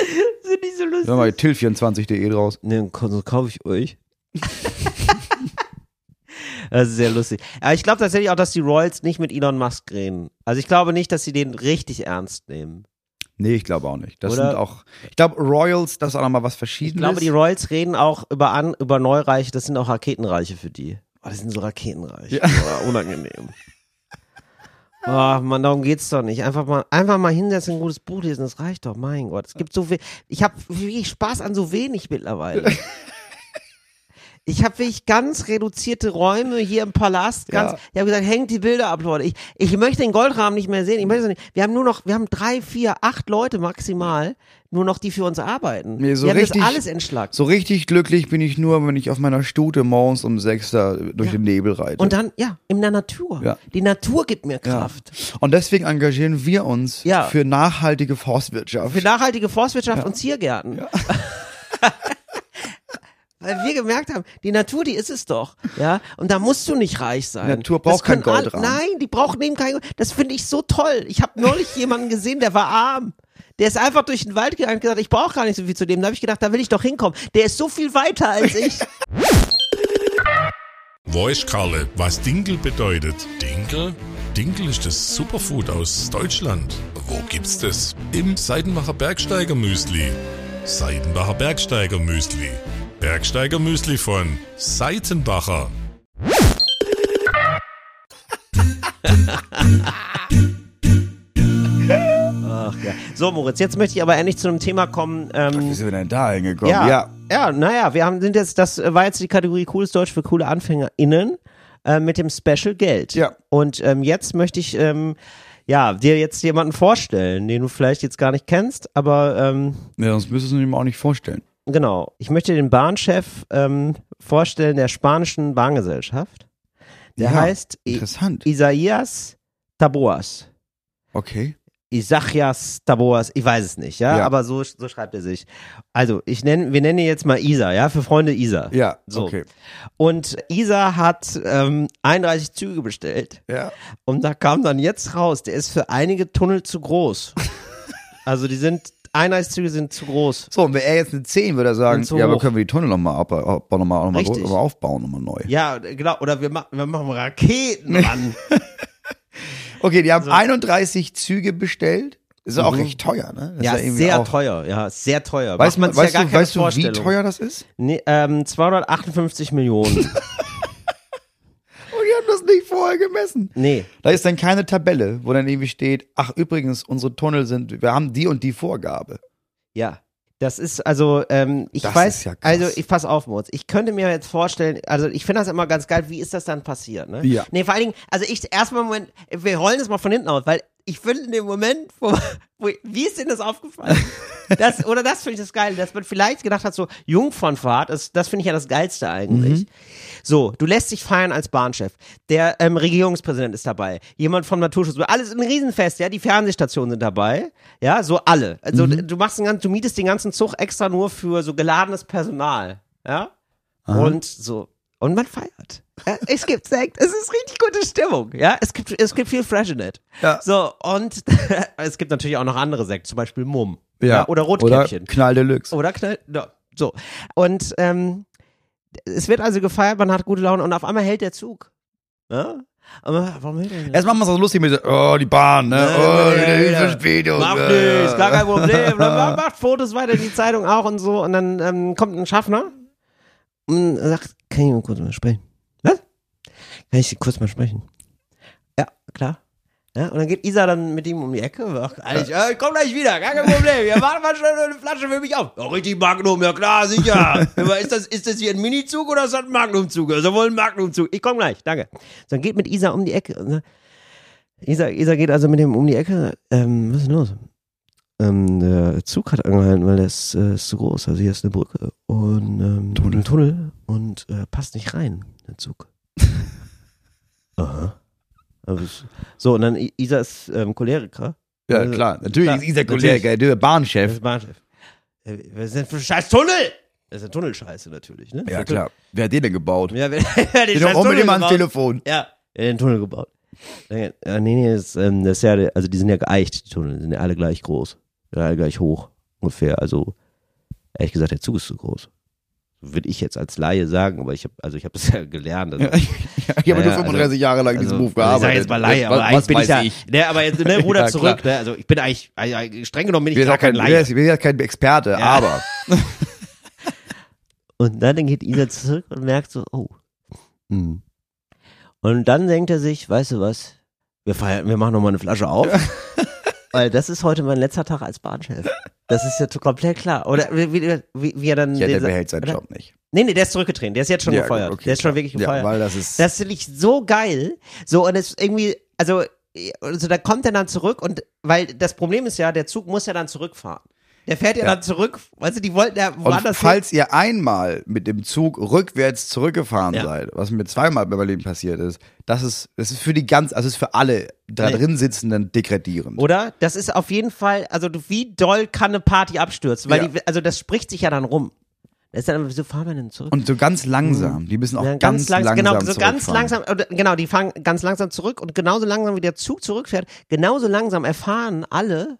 Speaker 1: Sind die so lustig?
Speaker 2: Dann mal till24.de draus.
Speaker 1: Ne, so kaufe ich euch. das ist sehr lustig. Aber ich glaube tatsächlich auch, dass die Royals nicht mit Elon Musk reden. Also ich glaube nicht, dass sie den richtig ernst nehmen.
Speaker 2: Nee, ich glaube auch nicht. Das
Speaker 1: Oder-
Speaker 2: sind auch. Ich glaube, Royals, das ist auch nochmal was Verschiedenes.
Speaker 1: Ich glaube, die Royals reden auch über, an, über Neureiche, das sind auch Raketenreiche für die. Oh, das sind so Raketenreich. Oh, unangenehm. Oh, Mann, darum geht's doch nicht. Einfach mal, einfach mal hinsetzen, ein gutes Buch lesen, das reicht doch, mein Gott. Es gibt so viel. Ich habe wirklich Spaß an so wenig mittlerweile. Ich habe wirklich ganz reduzierte Räume hier im Palast. Ganz,
Speaker 2: Ja.
Speaker 1: Ich habe gesagt, hängt die Bilder ab, Leute. Ich, ich möchte den Goldrahmen nicht mehr sehen. Ich möchte das nicht. Wir haben nur noch, wir haben drei, vier, acht Leute maximal, nur noch die für uns arbeiten.
Speaker 2: Nee, so
Speaker 1: wir haben
Speaker 2: richtig-
Speaker 1: das alles entschlackt.
Speaker 2: So richtig glücklich bin ich nur, wenn ich auf meiner Stute morgens um sechs da durch
Speaker 1: Ja.
Speaker 2: den Nebel reite.
Speaker 1: Und dann, ja, in der Natur.
Speaker 2: Ja.
Speaker 1: Die Natur gibt mir Kraft.
Speaker 2: Und deswegen engagieren wir uns
Speaker 1: Ja.
Speaker 2: für nachhaltige Forstwirtschaft.
Speaker 1: Für nachhaltige Forstwirtschaft und Ziergärten. weil wir gemerkt haben, die Natur, die ist es doch, ja. Und da musst du nicht reich sein.
Speaker 2: Die Natur braucht
Speaker 1: Das können
Speaker 2: kein
Speaker 1: alle-
Speaker 2: Goldrahmen.
Speaker 1: Nein, die braucht eben kein. Gold. Das finde ich so toll. Ich habe neulich jemanden gesehen, der war arm. Der ist einfach durch den Wald gegangen und gesagt, ich brauche gar nicht so viel zu dem. Da habe ich gedacht, da will ich doch hinkommen. Der ist so viel weiter als ich.
Speaker 4: Voice Karle, was Dinkel bedeutet. Dinkel? Dinkel ist das Superfood aus Deutschland. Wo gibt's das? Im Seidenbacher Bergsteiger Müsli. Seidenbacher Bergsteiger Müsli. Bergsteiger Müsli von Seitenbacher.
Speaker 1: Ach ja. So, Moritz, jetzt möchte ich aber endlich zu einem Thema kommen. Ähm,
Speaker 2: Wie sind wir denn da hingekommen?
Speaker 1: ja, ja, naja, wir haben, sind jetzt, das äh, war jetzt die Kategorie cooles Deutsch für coole AnfängerInnen äh, mit dem Special Geld.
Speaker 2: Ja.
Speaker 1: Und ähm, jetzt möchte ich, ähm, ja, dir jetzt jemanden vorstellen, den du vielleicht jetzt gar nicht kennst, aber ähm,
Speaker 2: Ja, sonst müsstest du ihm auch nicht vorstellen.
Speaker 1: genau. Ich möchte den Bahnchef ähm, vorstellen der spanischen Bahngesellschaft. Der
Speaker 2: Ja,
Speaker 1: heißt I
Speaker 2: Interessant.
Speaker 1: Isaías Taboas.
Speaker 2: Okay.
Speaker 1: Isachias Taboas, ich weiß es nicht, ja,
Speaker 2: Ja.
Speaker 1: aber so, so schreibt er sich. Also, ich nenne, wir nennen ihn jetzt mal Isa, ja, für Freunde Isa.
Speaker 2: Ja,
Speaker 1: So.
Speaker 2: okay.
Speaker 1: Und Isa hat ähm, 31 Züge bestellt
Speaker 2: Ja.
Speaker 1: und da kam dann jetzt raus, der ist für einige Tunnel zu groß. also, die sind, 31 Züge sind zu groß.
Speaker 2: So, und wäre er jetzt eine 10, würde er sagen,
Speaker 1: Und so
Speaker 2: ja, aber
Speaker 1: hoch.
Speaker 2: können wir die Tunnel nochmal ab, äh, ab, noch mal, noch mal,
Speaker 1: Richtig.
Speaker 2: noch mal aufbauen, nochmal neu.
Speaker 1: Ja, genau, oder wir, ma wir machen Raketen ran.
Speaker 2: Okay, die haben 31 Züge bestellt. Ist ja auch recht teuer, ne? Das
Speaker 1: ja,
Speaker 2: ist irgendwie
Speaker 1: sehr
Speaker 2: auch-
Speaker 1: teuer, ja, sehr teuer.
Speaker 2: Weißt,
Speaker 1: Macht man
Speaker 2: man,
Speaker 1: sich
Speaker 2: weißt,
Speaker 1: ja gar
Speaker 2: du,
Speaker 1: keine
Speaker 2: weißt du, wie
Speaker 1: Vorstellung.
Speaker 2: teuer das ist?
Speaker 1: Nee, ähm, 258 Millionen.
Speaker 2: Und die haben das nicht vorher gemessen.
Speaker 1: nee.
Speaker 2: Da ist dann keine Tabelle, wo dann irgendwie steht, ach übrigens, unsere Tunnel sind, wir haben die und die Vorgabe.
Speaker 1: Ja. Das ist also, ähm, ich
Speaker 2: Das
Speaker 1: weiß,
Speaker 2: ist ja krass.
Speaker 1: also ich pass auf, Moritz. Ich könnte mir jetzt vorstellen, also ich finde das immer ganz geil, wie ist das dann passiert, ne?
Speaker 2: Ja.
Speaker 1: Nee, vor allen Dingen, also ich erstmal im Moment, wir rollen das mal von hinten aus, weil ich finde in dem Moment, wo, wo wie ist denn das aufgefallen? Das, oder das finde ich das geil, dass man vielleicht gedacht hat, so Jungfernfahrt, ist, das finde ich ja das Geilste
Speaker 2: Mhm.
Speaker 1: eigentlich. So, du lässt dich feiern als Bahnchef. Der ähm, Regierungspräsident ist dabei. Jemand vom Naturschutz. Alles ein Riesenfest, ja. Die Fernsehstationen sind dabei. Ja, so alle. Also
Speaker 2: Mhm.
Speaker 1: du machst den ganzen, du mietest den ganzen Zug extra nur für so geladenes Personal. Ja. Und so. Und man feiert. Ja, Es gibt Sekt, es ist richtig gute Stimmung, ja. Es gibt, es gibt viel Fresh in it.
Speaker 2: Ja.
Speaker 1: So, und es gibt natürlich auch noch andere Sekt, zum Beispiel Mumm. Oder
Speaker 2: Oder
Speaker 1: Rotkäppchen.
Speaker 2: Knall Deluxe.
Speaker 1: Oder knall. Ja, so. Und ähm, es wird also gefeiert, man hat gute Laune und auf einmal hält der Zug. Ja? Aber warum hält der?
Speaker 2: Erst machen wir es so lustig mit, so, oh, die Bahn, ne? oh, wieder die Verspätung.
Speaker 1: Macht
Speaker 2: äh.
Speaker 1: nichts, gar kein Problem. Dann ma- macht Fotos weiter in die Zeitung auch und so. Und dann ähm, kommt ein Schaffner und sagt, kann ich mal kurz mal sprechen? Was? Kann ich kurz mal sprechen? Ja, klar. Ja, und dann geht Isa dann mit ihm um die Ecke. Ach, eigentlich, ja. ich komm gleich wieder, gar kein Problem. Ja, warte mal schon eine Flasche für mich auf. Ja, richtig Magnum, ja klar, sicher. Aber ist das, ist das hier ein Minizug oder ist das ein Magnumzug? Also wohl ein Magnumzug. Ich komm gleich, danke. So, dann geht mit Isa um die Ecke. Und sagt, Isa, Isa geht also mit dem um die Ecke. Ähm, was ist denn los? Ähm, der Zug hat angehalten, weil der ist, äh, ist zu groß. Also hier ist eine Brücke und ähm, Tunnel. ein Tunnel und äh, passt nicht rein, der Zug. Aha. Aber es- So, und dann I- Isa ist ähm, Choleriker. Also,
Speaker 2: Ja, klar. Natürlich
Speaker 1: Klar,
Speaker 2: ist dieser
Speaker 1: natürlich.
Speaker 2: Kollege, der
Speaker 1: Das
Speaker 2: Bahnchef.
Speaker 1: ist Bahnchef. Äh, Was ist denn für ein scheiß Tunnel? Das ist eine Tunnelscheiße natürlich, ne?
Speaker 2: Ja, klar. Wer hat den denn gebaut?
Speaker 1: Ja, wer, wer den
Speaker 2: Den
Speaker 1: scheiß
Speaker 2: doch
Speaker 1: Tunnel
Speaker 2: unbedingt mal ans
Speaker 1: gebaut?
Speaker 2: Telefon.
Speaker 1: Ja, in den Tunnel gebaut. Dann, Ja, nee, nee, das, ähm, das ist ja, also die sind ja geeicht, die Tunnel, die sind ja alle gleich groß. Ja, alle gleich hoch, ungefähr. Also, ehrlich gesagt, der Zug ist zu groß. Würde ich jetzt als Laie sagen, aber ich habe also ich habe das ja gelernt. Also,
Speaker 2: Ja, ich habe
Speaker 1: Naja,
Speaker 2: nur 35
Speaker 1: also-
Speaker 2: Jahre lang diesen
Speaker 1: also,
Speaker 2: Beruf gearbeitet.
Speaker 1: Ich sag jetzt mal Laie, aber
Speaker 2: was,
Speaker 1: eigentlich
Speaker 2: was
Speaker 1: bin ich
Speaker 2: weiß
Speaker 1: ja,
Speaker 2: ich.
Speaker 1: ne, aber jetzt, ne, Ruder
Speaker 2: Ja,
Speaker 1: zurück,
Speaker 2: klar.
Speaker 1: ne, also ich bin eigentlich, eigentlich- streng genommen bin ich
Speaker 2: Wir
Speaker 1: gar
Speaker 2: sind kein,
Speaker 1: kein
Speaker 2: wir
Speaker 1: Laie.
Speaker 2: sind ja kein Experte, aber
Speaker 1: Und dann geht Isa zurück und merkt so, oh.
Speaker 2: Mhm.
Speaker 1: Hm. Und dann denkt er sich, weißt du was, wir feiern, wir machen nochmal eine Flasche auf. Weil das ist heute mein letzter Tag als Bahnchef. Das ist ja to- komplett klar. Oder wie, wie, wie, wie er dann.
Speaker 2: ja, der
Speaker 1: den-
Speaker 2: behält seinen
Speaker 1: oder?
Speaker 2: Job nicht.
Speaker 1: Nee, nee, der ist zurückgetreten. Der ist jetzt schon
Speaker 2: ja,
Speaker 1: gefeuert.
Speaker 2: okay,
Speaker 1: der ist schon
Speaker 2: klar.
Speaker 1: wirklich gefeuert.
Speaker 2: Ja, weil das ist.
Speaker 1: Das finde ich so geil. So, und es irgendwie, also, also da kommt er dann zurück und, weil das Problem ist ja, der Zug muss ja dann zurückfahren. Der fährt ja,
Speaker 2: Ja.
Speaker 1: dann zurück, weißt du, die wollten ja
Speaker 2: und
Speaker 1: woanders hin.
Speaker 2: falls ihr einmal mit dem Zug rückwärts zurückgefahren
Speaker 1: Ja.
Speaker 2: seid, was mir zweimal bei Berlin passiert ist, das ist, das ist für die ganz, also ist für alle da
Speaker 1: Nee.
Speaker 2: drin sitzenden degradierend.
Speaker 1: Oder? Das ist auf jeden Fall, also du- wie doll kann eine Party abstürzen? Weil
Speaker 2: Ja.
Speaker 1: die, also das spricht sich ja dann rum. Das ist dann einfach, wieso fahren wir denn zurück?
Speaker 2: Und so ganz langsam. Die müssen auch
Speaker 1: Mhm. Ja,
Speaker 2: ganz,
Speaker 1: langs-
Speaker 2: langsam.
Speaker 1: Genau, so ganz
Speaker 2: zurückfahren.
Speaker 1: langsam, oder, genau, die fahren ganz langsam zurück und genauso langsam wie der Zug zurückfährt, genauso langsam erfahren alle,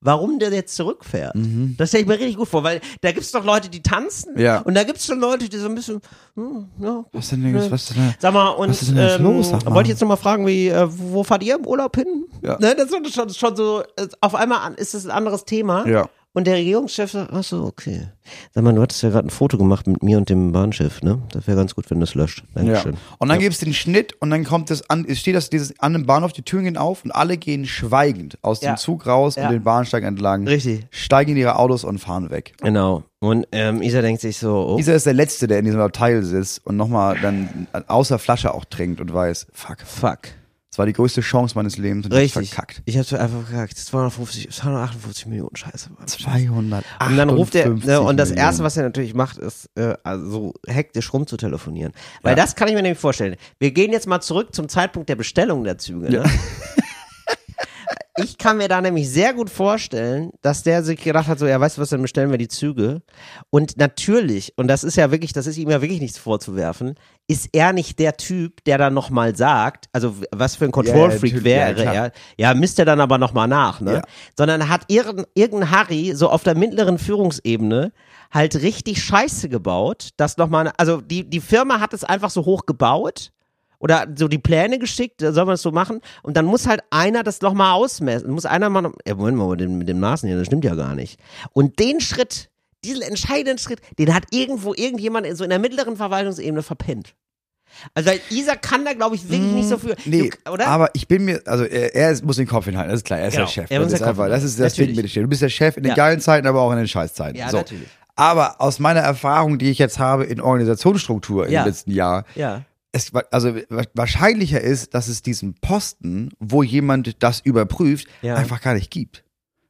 Speaker 1: warum der jetzt zurückfährt. Das stelle ich mir richtig gut vor, weil da gibt es doch Leute, die tanzen
Speaker 2: Mhm. Ja.
Speaker 1: und da gibt es schon Leute, die so ein bisschen, hm, ja.
Speaker 2: Was denn, was, was denn?
Speaker 1: Sag mal, und
Speaker 2: Was ist denn jetzt
Speaker 1: ähm,
Speaker 2: los? Sag mal.
Speaker 1: wollte ich jetzt nochmal fragen, wie, äh, wo fahrt ihr im Urlaub hin?
Speaker 2: Ja.
Speaker 1: Ne, das ist schon, schon so, äh, auf einmal an- ist es ein anderes Thema.
Speaker 2: Ja.
Speaker 1: Und der Regierungschef sagt, ach so, okay. Sag mal, du hattest ja gerade ein Foto gemacht mit mir und dem Bahnchef, ne? Das wäre ganz gut, wenn du es löscht.
Speaker 2: Ja.
Speaker 1: Dankeschön.
Speaker 2: Und dann gibt's den Schnitt und dann kommt das an, es steht das dieses an dem Bahnhof, die Türen gehen auf und alle gehen schweigend aus
Speaker 1: Ja.
Speaker 2: dem Zug raus
Speaker 1: Ja.
Speaker 2: und den Bahnsteig entlang.
Speaker 1: Richtig.
Speaker 2: Steigen in ihre Autos und fahren weg.
Speaker 1: Genau. Und ähm, Isa denkt sich so, oh,
Speaker 2: Dieser ist der Letzte, der in diesem Abteil sitzt und nochmal dann außer Flasche auch trinkt und weiß, fuck,
Speaker 1: fuck.
Speaker 2: das war die größte Chance meines Lebens und ich hab's
Speaker 1: Richtig.
Speaker 2: verkackt.
Speaker 1: Ich hab's einfach verkackt. 250, 258 Millionen Scheiße. Mann.
Speaker 2: 200.
Speaker 1: Und dann ruft er, ne, und das Erste, was er natürlich macht, ist äh, also so hektisch rumzutelefonieren. Weil das kann ich mir nämlich vorstellen. Wir gehen jetzt mal zurück zum Zeitpunkt der Bestellung der Züge. Ne? ich kann mir da nämlich sehr gut vorstellen, dass der sich gedacht hat, so, ja, weißt du was, dann bestellen wir die Züge. Und natürlich, und das ist ja wirklich, das ist ihm ja wirklich nichts vorzuwerfen, ist er nicht der Typ, der dann nochmal sagt, also was für ein Control-Freak
Speaker 2: Typ, ja,
Speaker 1: wäre
Speaker 2: klar.
Speaker 1: er, ja, misst er dann aber nochmal nach, ne?
Speaker 2: Ja.
Speaker 1: Sondern hat irgendein, irgendein Harry so auf der mittleren Führungsebene halt richtig Scheiße gebaut, dass nochmal, also die, die Firma hat es einfach so hoch gebaut oder so die Pläne geschickt, äh, soll man es so machen? Und dann muss halt einer das nochmal ausmessen. Muss einer mal, noch- ey, Moment mal, mit dem, mit dem Maßen hier, das stimmt ja gar nicht. Und den Schritt, diesen entscheidenden Schritt, den hat irgendwo irgendjemand in- so in der mittleren Verwaltungsebene verpennt. Also weil Isa kann da, glaube ich, wirklich nicht so viel.
Speaker 2: Mm, Nee,
Speaker 1: du, oder?
Speaker 2: aber ich bin mir, also er, er ist, muss den Kopf hinhalten, das ist klar, er ist
Speaker 1: Genau,
Speaker 2: der Chef.
Speaker 1: er muss
Speaker 2: Das ist,
Speaker 1: den Kopf
Speaker 2: einfach, das ist das
Speaker 1: hinhalten.
Speaker 2: Ding mit
Speaker 1: Natürlich.
Speaker 2: dem Chef. Du bist der Chef in den
Speaker 1: Ja.
Speaker 2: geilen Zeiten, aber auch in den Scheißzeiten.
Speaker 1: Ja,
Speaker 2: so.
Speaker 1: natürlich.
Speaker 2: Aber aus meiner Erfahrung, die ich jetzt habe in Organisationsstruktur im
Speaker 1: Ja.
Speaker 2: letzten Jahr,
Speaker 1: ja.
Speaker 2: es, wa- also wa- wahrscheinlicher ist, dass es diesen Posten, wo jemand das überprüft,
Speaker 1: Ja.
Speaker 2: einfach gar nicht gibt.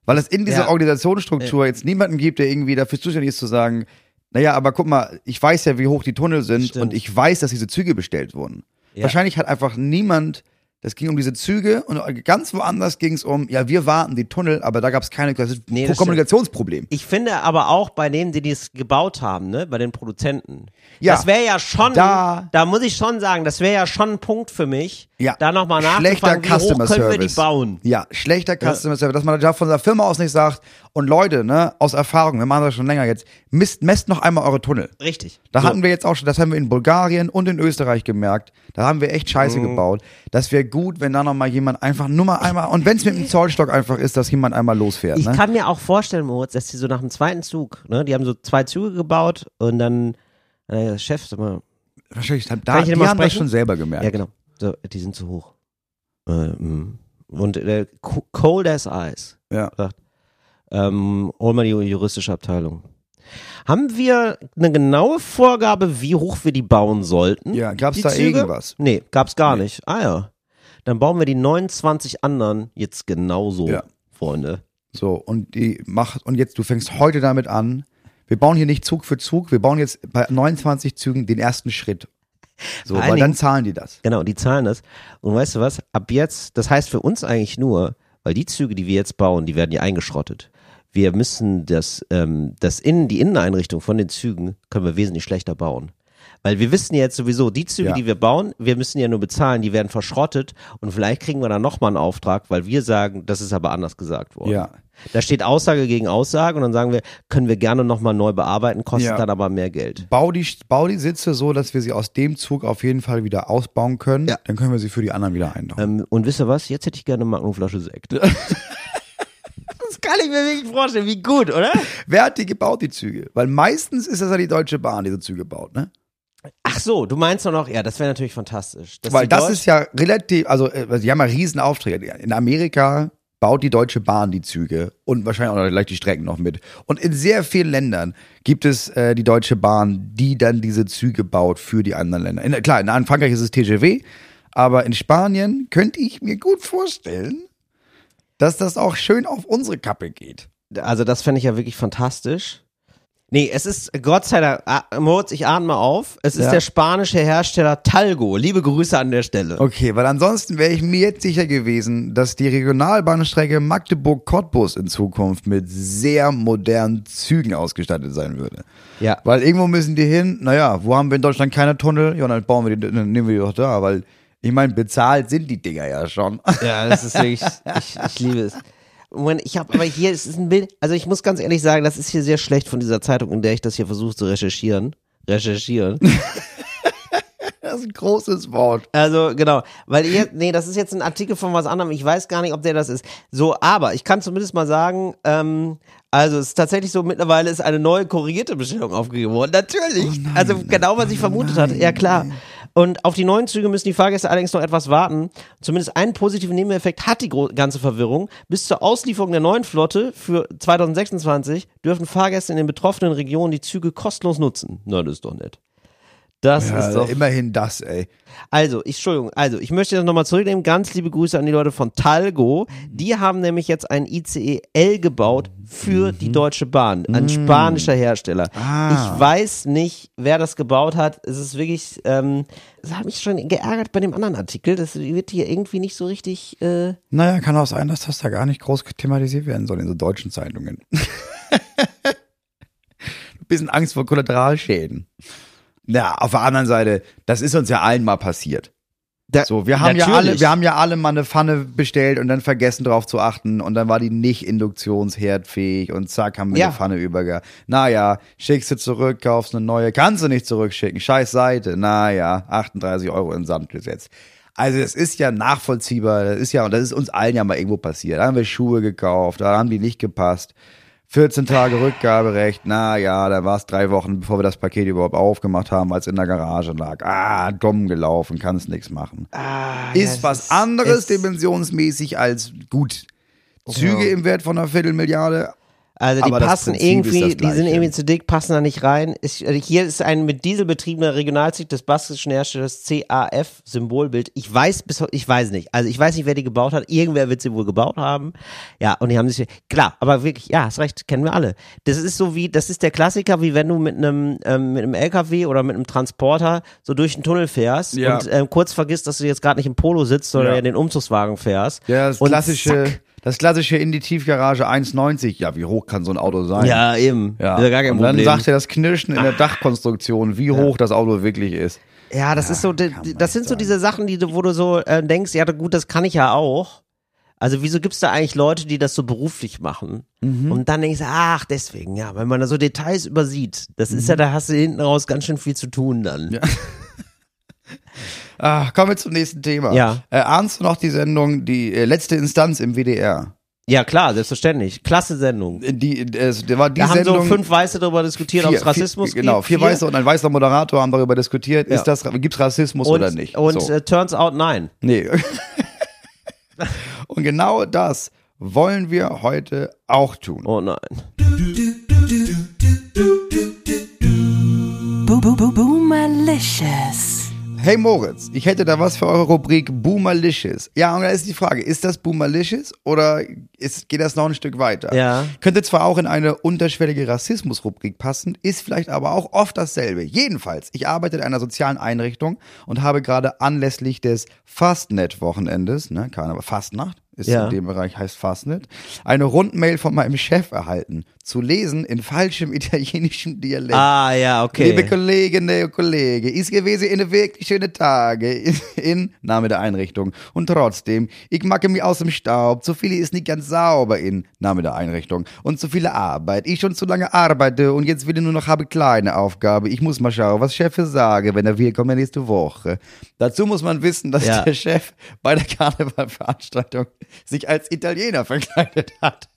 Speaker 2: Weil es in dieser
Speaker 1: Ja.
Speaker 2: Organisationsstruktur jetzt niemanden gibt, der irgendwie dafür zuständig ist zu sagen, naja, aber guck mal, ich weiß ja, wie hoch die Tunnel sind
Speaker 1: Stimmt.
Speaker 2: und ich weiß, dass diese Züge bestellt wurden.
Speaker 1: Ja.
Speaker 2: Wahrscheinlich hat einfach niemand, das ging um diese Züge und ganz woanders ging es um, ja, wir warten die Tunnel, aber da gab es keine, das ist
Speaker 1: Nee,
Speaker 2: ein
Speaker 1: das
Speaker 2: Kommunikationsproblem.
Speaker 1: Ich finde aber auch bei denen, die das gebaut haben, ne, bei den Produzenten.
Speaker 2: Ja.
Speaker 1: Das wäre ja schon,
Speaker 2: Da-
Speaker 1: da, muss ich schon sagen, das wäre ja schon ein Punkt für mich,
Speaker 2: Ja.
Speaker 1: da nochmal
Speaker 2: Schlechter
Speaker 1: nachzufragen, wie hoch
Speaker 2: Customer
Speaker 1: können wir die
Speaker 2: Service.
Speaker 1: bauen?
Speaker 2: Ja, schlechter Customer Service, dass man da von der Firma aus nicht sagt. Und Leute, ne, aus Erfahrung, wir machen das schon länger jetzt, misst, messt noch einmal eure Tunnel.
Speaker 1: Richtig.
Speaker 2: Da
Speaker 1: So.
Speaker 2: hatten wir jetzt auch schon, das haben wir in Bulgarien und in Österreich gemerkt. Da haben wir echt Scheiße
Speaker 1: Mhm.
Speaker 2: gebaut. Das wäre gut, wenn da nochmal jemand einfach nur mal einmal, und wenn es mit dem Zollstock einfach ist, dass jemand einmal losfährt.
Speaker 1: Ich
Speaker 2: Ne?
Speaker 1: kann mir auch vorstellen, Moritz, dass die so nach dem zweiten Zug, ne, die haben so zwei Züge gebaut und dann, äh, der Chef, sag mal,
Speaker 2: Wahrscheinlich, da,
Speaker 1: Kann ich
Speaker 2: die
Speaker 1: denn mal
Speaker 2: haben das
Speaker 1: sprechen?
Speaker 2: schon selber gemerkt.
Speaker 1: ja genau, so, die sind zu hoch. Äh, mm. und äh, co- cold as ice.
Speaker 2: Ja.
Speaker 1: Sagt, ähm, hol mal die juristische Abteilung. Haben wir eine genaue Vorgabe, wie hoch wir die bauen sollten?
Speaker 2: Ja, gab's
Speaker 1: Die
Speaker 2: da
Speaker 1: Züge?
Speaker 2: irgendwas?
Speaker 1: Nee, gab's gar nicht. Ah ja. Dann bauen wir die 29 anderen jetzt genauso,
Speaker 2: Ja.
Speaker 1: Freunde.
Speaker 2: So, und die macht, und jetzt, du fängst heute damit an. Wir bauen hier nicht Zug für Zug, wir bauen jetzt bei 29 Zügen den ersten Schritt. So,
Speaker 1: Vor
Speaker 2: weil
Speaker 1: allen
Speaker 2: dann
Speaker 1: Dingen-
Speaker 2: zahlen die das.
Speaker 1: Genau, die zahlen das. Und weißt du was? Ab jetzt, das heißt für uns eigentlich nur, weil die Züge, die wir jetzt bauen, die werden ja eingeschrottet. Wir müssen das, ähm, das Innen, die Inneneinrichtung von den Zügen können wir wesentlich schlechter bauen. Weil wir wissen jetzt sowieso, die Züge,
Speaker 2: Ja.
Speaker 1: die wir bauen, wir müssen ja nur bezahlen, die werden verschrottet und vielleicht kriegen wir dann nochmal einen Auftrag, weil wir sagen, das ist aber anders gesagt worden.
Speaker 2: Ja.
Speaker 1: Da steht Aussage gegen Aussage und dann sagen wir, können wir gerne nochmal neu bearbeiten, kostet
Speaker 2: Ja.
Speaker 1: dann aber mehr Geld.
Speaker 2: Bau die, bau die Sitze so, dass wir sie aus dem Zug auf jeden Fall wieder ausbauen können.
Speaker 1: Ja.
Speaker 2: Dann können wir sie für die anderen wieder einbauen.
Speaker 1: Ähm, und wisst ihr was? Jetzt hätte ich gerne mal eine Flasche Sekt. das kann ich mir wirklich vorstellen. Wie gut, oder?
Speaker 2: Wer hat die gebaut, die Züge? Weil meistens ist das ja die Deutsche Bahn, die so Züge baut, ne?
Speaker 1: Ach so, du meinst doch noch, ja, das wäre natürlich fantastisch. Dass
Speaker 2: Weil
Speaker 1: die
Speaker 2: das
Speaker 1: Deutschen-
Speaker 2: ist ja relativ, also äh, die haben ja riesen Aufträge. In Amerika baut die Deutsche Bahn die Züge und wahrscheinlich auch noch gleich die Strecken noch mit. Und in sehr vielen Ländern gibt es äh, die Deutsche Bahn, die dann diese Züge baut für die anderen Länder. In, äh, klar, in Frankreich ist es TGV, aber in Spanien könnte ich mir gut vorstellen, dass das auch schön auf unsere Kappe geht.
Speaker 1: also das fände ich ja wirklich fantastisch. Nee, es ist, Gott sei Dank, ah, Moritz, ich ahne mal auf, es ist
Speaker 2: Ja.
Speaker 1: der spanische Hersteller Talgo. Liebe Grüße an der Stelle.
Speaker 2: Okay, weil ansonsten wäre ich mir jetzt sicher gewesen, dass die Regionalbahnstrecke Magdeburg-Cottbus in Zukunft mit sehr modernen Zügen ausgestattet sein würde.
Speaker 1: Ja.
Speaker 2: Weil irgendwo müssen die hin, naja, wo haben wir in Deutschland keine Tunnel? Ja, dann bauen wir die, dann nehmen wir die doch da, weil ich meine, bezahlt sind die Dinger ja schon.
Speaker 1: Ja, das ist wirklich, ich, ich liebe es. Moment, ich habe aber hier, es ist ein Bild, also ich muss ganz ehrlich sagen, das ist hier sehr schlecht von dieser Zeitung, in der ich das hier versuche zu recherchieren. Recherchieren.
Speaker 2: Das ist ein großes Wort.
Speaker 1: Also genau, weil ihr, nee, das ist jetzt ein Artikel von was anderem. Ich weiß gar nicht, ob der das ist. So, aber ich kann zumindest mal sagen, ähm, also es ist tatsächlich so, mittlerweile ist eine neue korrigierte Bestellung aufgegeben worden. Natürlich, also genau, was ich vermutet hatte. Ja klar. Und auf die neuen Züge müssen die Fahrgäste allerdings noch etwas warten. Zumindest einen positiven Nebeneffekt hat die gro- ganze Verwirrung. Bis zur Auslieferung der neuen Flotte für 2026 dürfen Fahrgäste in den betroffenen Regionen die Züge kostenlos nutzen. Na, das ist doch nett. Das
Speaker 2: Ja,
Speaker 1: ist doch
Speaker 2: Äh, immerhin das, ey.
Speaker 1: also, ich, Entschuldigung, also ich möchte das nochmal zurücknehmen. Ganz liebe Grüße an die Leute von Talgo. Die haben nämlich jetzt einen ICE-L E gebaut für die Deutsche Bahn. Ein spanischer Hersteller.
Speaker 2: Ah.
Speaker 1: Ich weiß nicht, wer das gebaut hat. Es ist wirklich, ähm, das hat mich schon geärgert bei dem anderen Artikel. Das wird hier irgendwie nicht so richtig, äh,
Speaker 2: Naja, kann auch sein, dass das da gar nicht groß thematisiert werden soll in so deutschen Zeitungen. Bisschen Angst vor Kollateralschäden. Ja, auf der anderen Seite, das ist uns ja allen mal passiert.
Speaker 1: Da-
Speaker 2: So, wir haben ja
Speaker 1: Natürlich.
Speaker 2: alle, wir haben ja alle mal eine Pfanne bestellt und dann vergessen drauf zu achten und dann war die nicht induktionsherdfähig und zack haben wir
Speaker 1: Ja.
Speaker 2: eine Pfanne überge. Naja, schickst du zurück, kaufst eine neue, kannst du nicht zurückschicken, scheiß Seite. Naja, 38 Euro in den Sand gesetzt. Also es ist ja nachvollziehbar, das ist ja und das ist uns allen ja mal irgendwo passiert. Da haben wir Schuhe gekauft, da haben die nicht gepasst. 14 Tage Rückgaberecht, naja, da war es drei Wochen, bevor wir das Paket überhaupt aufgemacht haben, als in der Garage lag. Ah, dumm gelaufen, kannst nichts machen ist was anderes dimensionsmäßig als gut. Züge im Wert von einer Viertelmilliarde.
Speaker 1: Also die
Speaker 2: Aber das
Speaker 1: passen
Speaker 2: Prinzip ist
Speaker 1: irgendwie,
Speaker 2: das
Speaker 1: die sind
Speaker 2: gleiche.
Speaker 1: irgendwie zu dick, passen da nicht rein. Ich, also hier ist ein mit Diesel betriebener Regionalzug des baskischen Herstellers CAF Symbolbild. Ich weiß bis heute, ich weiß nicht. Also ich weiß nicht, wer die gebaut hat. Irgendwer wird sie wohl gebaut haben. Ja, und die haben sich klar, aber wirklich, ja, hast recht, kennen wir alle. Das ist so wie, das ist der Klassiker, wie wenn du mit einem ähm, mit einem LKW oder mit einem Transporter so durch den Tunnel fährst
Speaker 2: Ja.
Speaker 1: und ähm, kurz vergisst, dass du jetzt gerade nicht im Polo sitzt, sondern
Speaker 2: Ja.
Speaker 1: in den Umzugswagen fährst.
Speaker 2: Ja, das
Speaker 1: Und
Speaker 2: klassische,
Speaker 1: zack.
Speaker 2: das klassische in die Tiefgarage 1,90. Ja, wie hoch kann so ein Auto sein?
Speaker 1: Ja, eben.
Speaker 2: Ja.
Speaker 1: Ist ja gar kein
Speaker 2: Und dann
Speaker 1: Problem.
Speaker 2: sagt er das Knirschen in der Dachkonstruktion, wie hoch das Auto wirklich ist.
Speaker 1: Ja, das ist so, d-
Speaker 2: kann
Speaker 1: d-
Speaker 2: man
Speaker 1: das
Speaker 2: nicht
Speaker 1: sind so
Speaker 2: sagen.
Speaker 1: diese Sachen, die du, wo du so äh, denkst, ja gut, das kann ich ja auch. Also wieso gibt's da eigentlich Leute, die das so beruflich machen?
Speaker 2: Mhm.
Speaker 1: Und dann denkst du, ach, deswegen, ja, wenn man da so Details übersieht, das ist ja,
Speaker 2: Mhm.
Speaker 1: da hast du hinten raus ganz schön viel zu tun dann. Ja,
Speaker 2: Ah, kommen wir zum nächsten Thema.
Speaker 1: Ja.
Speaker 2: Äh, ahnst du noch die Sendung, die äh, letzte Instanz im WDR?
Speaker 1: klar, selbstverständlich. Klasse Sendung.
Speaker 2: Äh, Die, äh, es war die
Speaker 1: Da haben so
Speaker 2: Sendung.
Speaker 1: fünf Weiße darüber diskutiert, ob es Rassismus
Speaker 2: vier, Genau,
Speaker 1: gibt.
Speaker 2: vier, Weiße und ein weißer Moderator haben darüber diskutiert,
Speaker 1: Ja.
Speaker 2: ist das, gibt's Rassismus
Speaker 1: und,
Speaker 2: oder nicht?
Speaker 1: Und
Speaker 2: So.
Speaker 1: äh, turns out nein.
Speaker 2: Nee. Und genau das wollen wir heute auch tun.
Speaker 1: Oh nein.
Speaker 3: Bu- bu- bu- Boomalicious.
Speaker 2: Hey Moritz, ich hätte da was für eure Rubrik Boomalicious. Ja, und da ist die Frage, ist das Boomalicious oder ist, geht das noch ein Stück weiter?
Speaker 1: Ja.
Speaker 2: Könnte zwar auch in eine unterschwellige Rassismus-Rubrik passen, ist vielleicht aber auch oft dasselbe. Jedenfalls, ich arbeite in einer sozialen Einrichtung und habe gerade anlässlich des Fastnet-Wochenendes, ne, Karneval, Fastnacht, ist
Speaker 1: Ja.
Speaker 2: in dem Bereich heißt Fastnet, eine Rundmail von meinem Chef erhalten. Zu lesen in falschem italienischem Dialekt.
Speaker 1: Ah ja, okay.
Speaker 2: Liebe Kolleginnen und Kollegen, ich gewesen in eine wirklich schöne Tage in, in Name der Einrichtung. Und trotzdem, ich macke mich aus dem Staub. Zu viele ist nicht ganz sauber in Name der Einrichtung. Und zu viele Arbeit. Ich schon zu lange arbeite und jetzt will ich nur noch habe kleine Aufgabe. Ich muss mal schauen, was Chef sage, wenn er wiederkommt nächste Woche. Dazu muss man wissen, dass
Speaker 1: Ja.
Speaker 2: der Chef bei der Karnevalveranstaltung sich als Italiener verkleidet hat.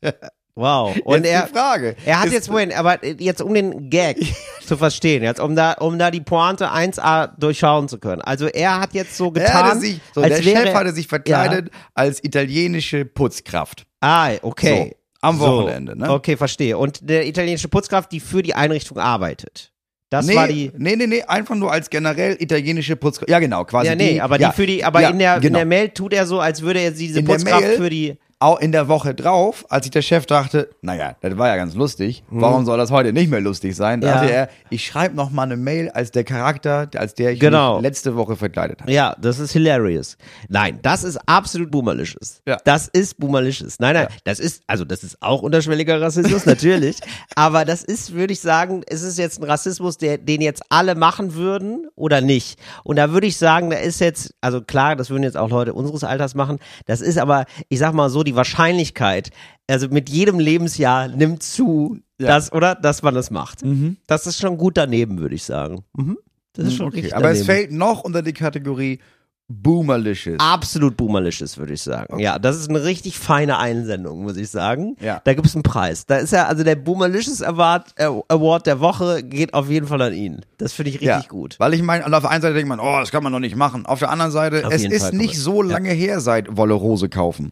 Speaker 1: Wow. Und
Speaker 2: Jetzt
Speaker 1: er,
Speaker 2: die Frage.
Speaker 1: er hat
Speaker 2: Ist-
Speaker 1: jetzt Moment, aber jetzt um den Gag zu verstehen, jetzt um da, um da die Pointe 1a durchschauen zu können. Also er hat jetzt so
Speaker 2: Er
Speaker 1: getan,
Speaker 2: hatte sich, so,
Speaker 1: als
Speaker 2: der
Speaker 1: wäre,
Speaker 2: Chef hatte sich verkleidet als italienische Putzkraft.
Speaker 1: Ja. Ah, okay.
Speaker 2: So, am
Speaker 1: So.
Speaker 2: Wochenende, ne?
Speaker 1: Okay, verstehe. Und der italienische Putzkraft, die für die Einrichtung arbeitet. Das
Speaker 2: nee,
Speaker 1: war die.
Speaker 2: nee, nee, nee, einfach nur als generell italienische Putzkraft. Ja, genau, quasi.
Speaker 1: Ja, nee,
Speaker 2: die,
Speaker 1: aber
Speaker 2: ja,
Speaker 1: die für die, aber
Speaker 2: ja,
Speaker 1: in, der, in
Speaker 2: genau.
Speaker 1: der Mail tut er so, als würde er diese
Speaker 2: In der
Speaker 1: Putzkraft
Speaker 2: Mail-
Speaker 1: für die.
Speaker 2: Auch in der Woche drauf, als sich der Chef dachte, naja, das war ja ganz lustig, warum soll das heute nicht mehr lustig sein? Da
Speaker 1: Mhm. Ja.
Speaker 2: dachte er, ich schreibe noch mal eine Mail als der Charakter, als der ich
Speaker 1: Genau.
Speaker 2: mich letzte Woche verkleidet habe.
Speaker 1: Ja, das ist hilarious. Nein, das ist absolut boomerliches.
Speaker 2: Ja.
Speaker 1: Das ist boomerliches. Nein, nein, das ist, also das ist auch unterschwelliger Rassismus, natürlich. aber das ist, würde ich sagen, es ist jetzt ein Rassismus, der, den jetzt alle machen würden oder nicht. Und da würde ich sagen, da ist jetzt, also klar, das würden jetzt auch Leute unseres Alters machen. Das ist aber, ich sag mal so, die Wahrscheinlichkeit, also mit jedem Lebensjahr nimmt zu, dass, oder, dass man das macht.
Speaker 2: Mhm.
Speaker 1: Das ist schon gut daneben, würde ich sagen. Mhm. Das ist schon
Speaker 2: Okay,
Speaker 1: richtig
Speaker 2: aber es
Speaker 1: daneben.
Speaker 2: fällt noch unter die Kategorie Boomerlicious.
Speaker 1: absolut boomerlisches, würde ich sagen. Ja, das ist eine richtig feine Einsendung, muss ich sagen.
Speaker 2: Ja.
Speaker 1: Da gibt es einen Preis. Da ist ja, also der boomerlisches Award, äh, Award der Woche geht auf jeden Fall an ihn. Das finde ich richtig gut.
Speaker 2: Weil ich meine, und auf der einen Seite denkt man, oh, das kann man noch nicht machen. Auf der anderen Seite,
Speaker 1: Auf
Speaker 2: es
Speaker 1: jeden
Speaker 2: ist
Speaker 1: Fall,
Speaker 2: nicht
Speaker 1: Kumpel.
Speaker 2: so lange her, seit Wolle Rose kaufen.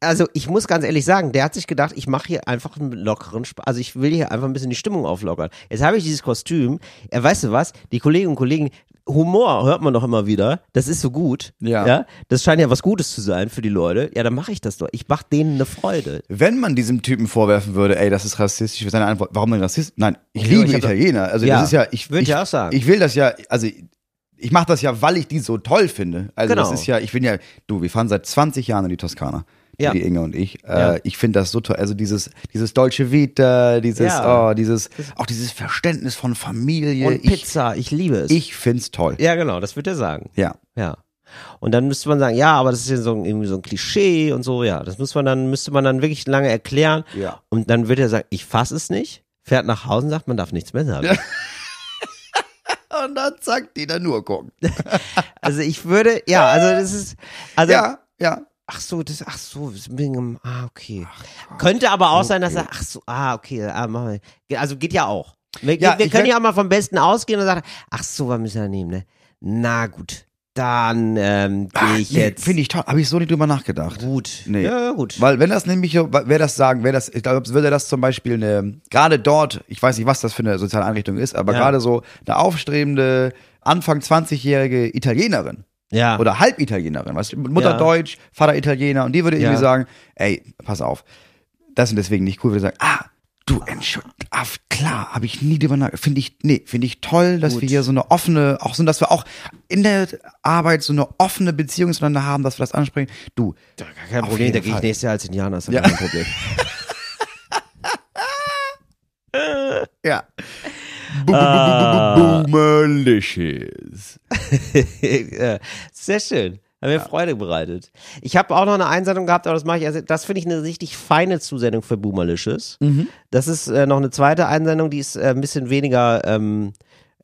Speaker 1: Also ich muss ganz ehrlich sagen, der hat sich gedacht, ich mache hier einfach einen lockeren Spaß. Also ich will hier einfach ein bisschen die Stimmung auflockern. Jetzt habe ich dieses Kostüm. Äh, weißt du was? Die Kolleginnen und Kollegen, Humor hört man doch immer wieder. Das ist so gut.
Speaker 2: Ja.
Speaker 1: Das scheint ja was Gutes zu sein für die Leute. Ja, dann mache ich das doch. Ich mache denen eine Freude.
Speaker 2: Wenn man diesem Typen vorwerfen würde, ey, das ist rassistisch, wäre seine Antwort, warum denn rassistisch? Nein, ich
Speaker 1: Ja,
Speaker 2: liebe
Speaker 1: ich hab doch-
Speaker 2: Italiener. Also
Speaker 1: Ja,
Speaker 2: das ist ja, ich,
Speaker 1: würd
Speaker 2: ich,
Speaker 1: ich auch sagen.
Speaker 2: ich will das ja, also ich mache das ja, weil ich die so toll finde. Also das
Speaker 1: Genau.
Speaker 2: ist ja, ich bin ja, du, wir fahren seit 20 Jahren in die Toskana.
Speaker 1: Ja.
Speaker 2: Die Inge und ich.
Speaker 1: Ja.
Speaker 2: Äh, ich finde das so toll. Also dieses, dieses deutsche Vita, dieses,
Speaker 1: Ja.
Speaker 2: oh, dieses, auch dieses Verständnis von Familie.
Speaker 1: Und Pizza, ich liebe es.
Speaker 2: Äh, Ich, ich find's toll.
Speaker 1: Ja, genau, das wird er sagen.
Speaker 2: ja.
Speaker 1: Ja. Und dann müsste man sagen, ja, aber das ist ja so ein, irgendwie so ein Klischee und so, ja. Das muss man dann, müsste man dann wirklich lange erklären.
Speaker 2: Ja.
Speaker 1: Und dann wird er sagen, ich fasse es nicht, fährt nach Hause und sagt, man darf nichts mehr sagen.
Speaker 2: Und dann zack, die da nur gucken.
Speaker 1: Also ich würde, ja, also das ist, also,
Speaker 2: Ja, ja.
Speaker 1: ach so, das, ach so, das wegen dem- ah, okay. Könnte aber auch sein, dass er, ach so, ah, okay, ah, machen wir. Also geht ja auch. Wir,
Speaker 2: Ja,
Speaker 1: wir
Speaker 2: ich
Speaker 1: können
Speaker 2: wär-
Speaker 1: ja auch mal vom Besten ausgehen und sagen, ach so, was müssen wir nehmen, ne? Na gut, dann ähm, gehe ich jetzt.
Speaker 2: Finde ich toll. Habe ich so nicht drüber nachgedacht.
Speaker 1: Gut.
Speaker 2: Nee.
Speaker 1: Ja, ja, gut.
Speaker 2: Weil wenn das nämlich, so- wer das sagen, wer das, ich glaube, würde das zum Beispiel eine, gerade dort, ich weiß nicht, was das für eine soziale Einrichtung ist, aber
Speaker 1: Ja.
Speaker 2: gerade so eine aufstrebende, Anfang 20-jährige Italienerin
Speaker 1: ja.
Speaker 2: oder Halbitalienerin, weißt du, Mutter
Speaker 1: Ah. Ja.
Speaker 2: Deutsch, Vater Italiener, und die würde irgendwie
Speaker 1: Ja.
Speaker 2: sagen, ey, pass auf, das und deswegen nicht cool, würde sagen, ah, du Entschuldigung, ah, klar, habe ich nie drüber nachgedacht. Finde ich, nee, finde ich toll, dass wir hier so eine offene, auch so, dass wir auch in der Arbeit so eine offene Beziehung zueinander haben, dass wir das ansprechen. Du,
Speaker 1: kein
Speaker 2: auf
Speaker 1: Problem,
Speaker 2: jeden
Speaker 1: da gehe ich
Speaker 2: Fall.
Speaker 1: nächstes Jahr als Indianer, ist doch
Speaker 2: Ja.
Speaker 1: kein Problem.
Speaker 2: Ja.
Speaker 1: Ah.
Speaker 2: Boomerlicious.
Speaker 1: Äh, Sehr schön. Hat mir Freude bereitet. Ich habe auch noch eine Einsendung gehabt, aber das mache ich. Also, das finde ich eine richtig feine Zusendung für Boomerlicious. Das ist äh, noch eine zweite Einsendung, die ist äh, ein bisschen weniger, ähm,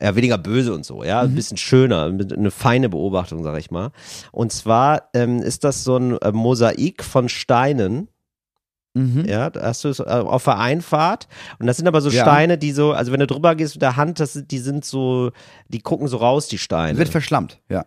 Speaker 1: ja, weniger böse und so, ja. Ein bisschen schöner, mit- eine feine Beobachtung, sag ich mal. Und zwar ähm, ist das so ein äh, Mosaik von Steinen. Ja, da hast du es äh, auf der Einfahrt. Und das sind aber so
Speaker 2: Ja.
Speaker 1: Steine, die so, also wenn du drüber gehst mit der Hand, das, sind- die sind so, die gucken so raus, die Steine.
Speaker 2: Wird verschlammt, ja.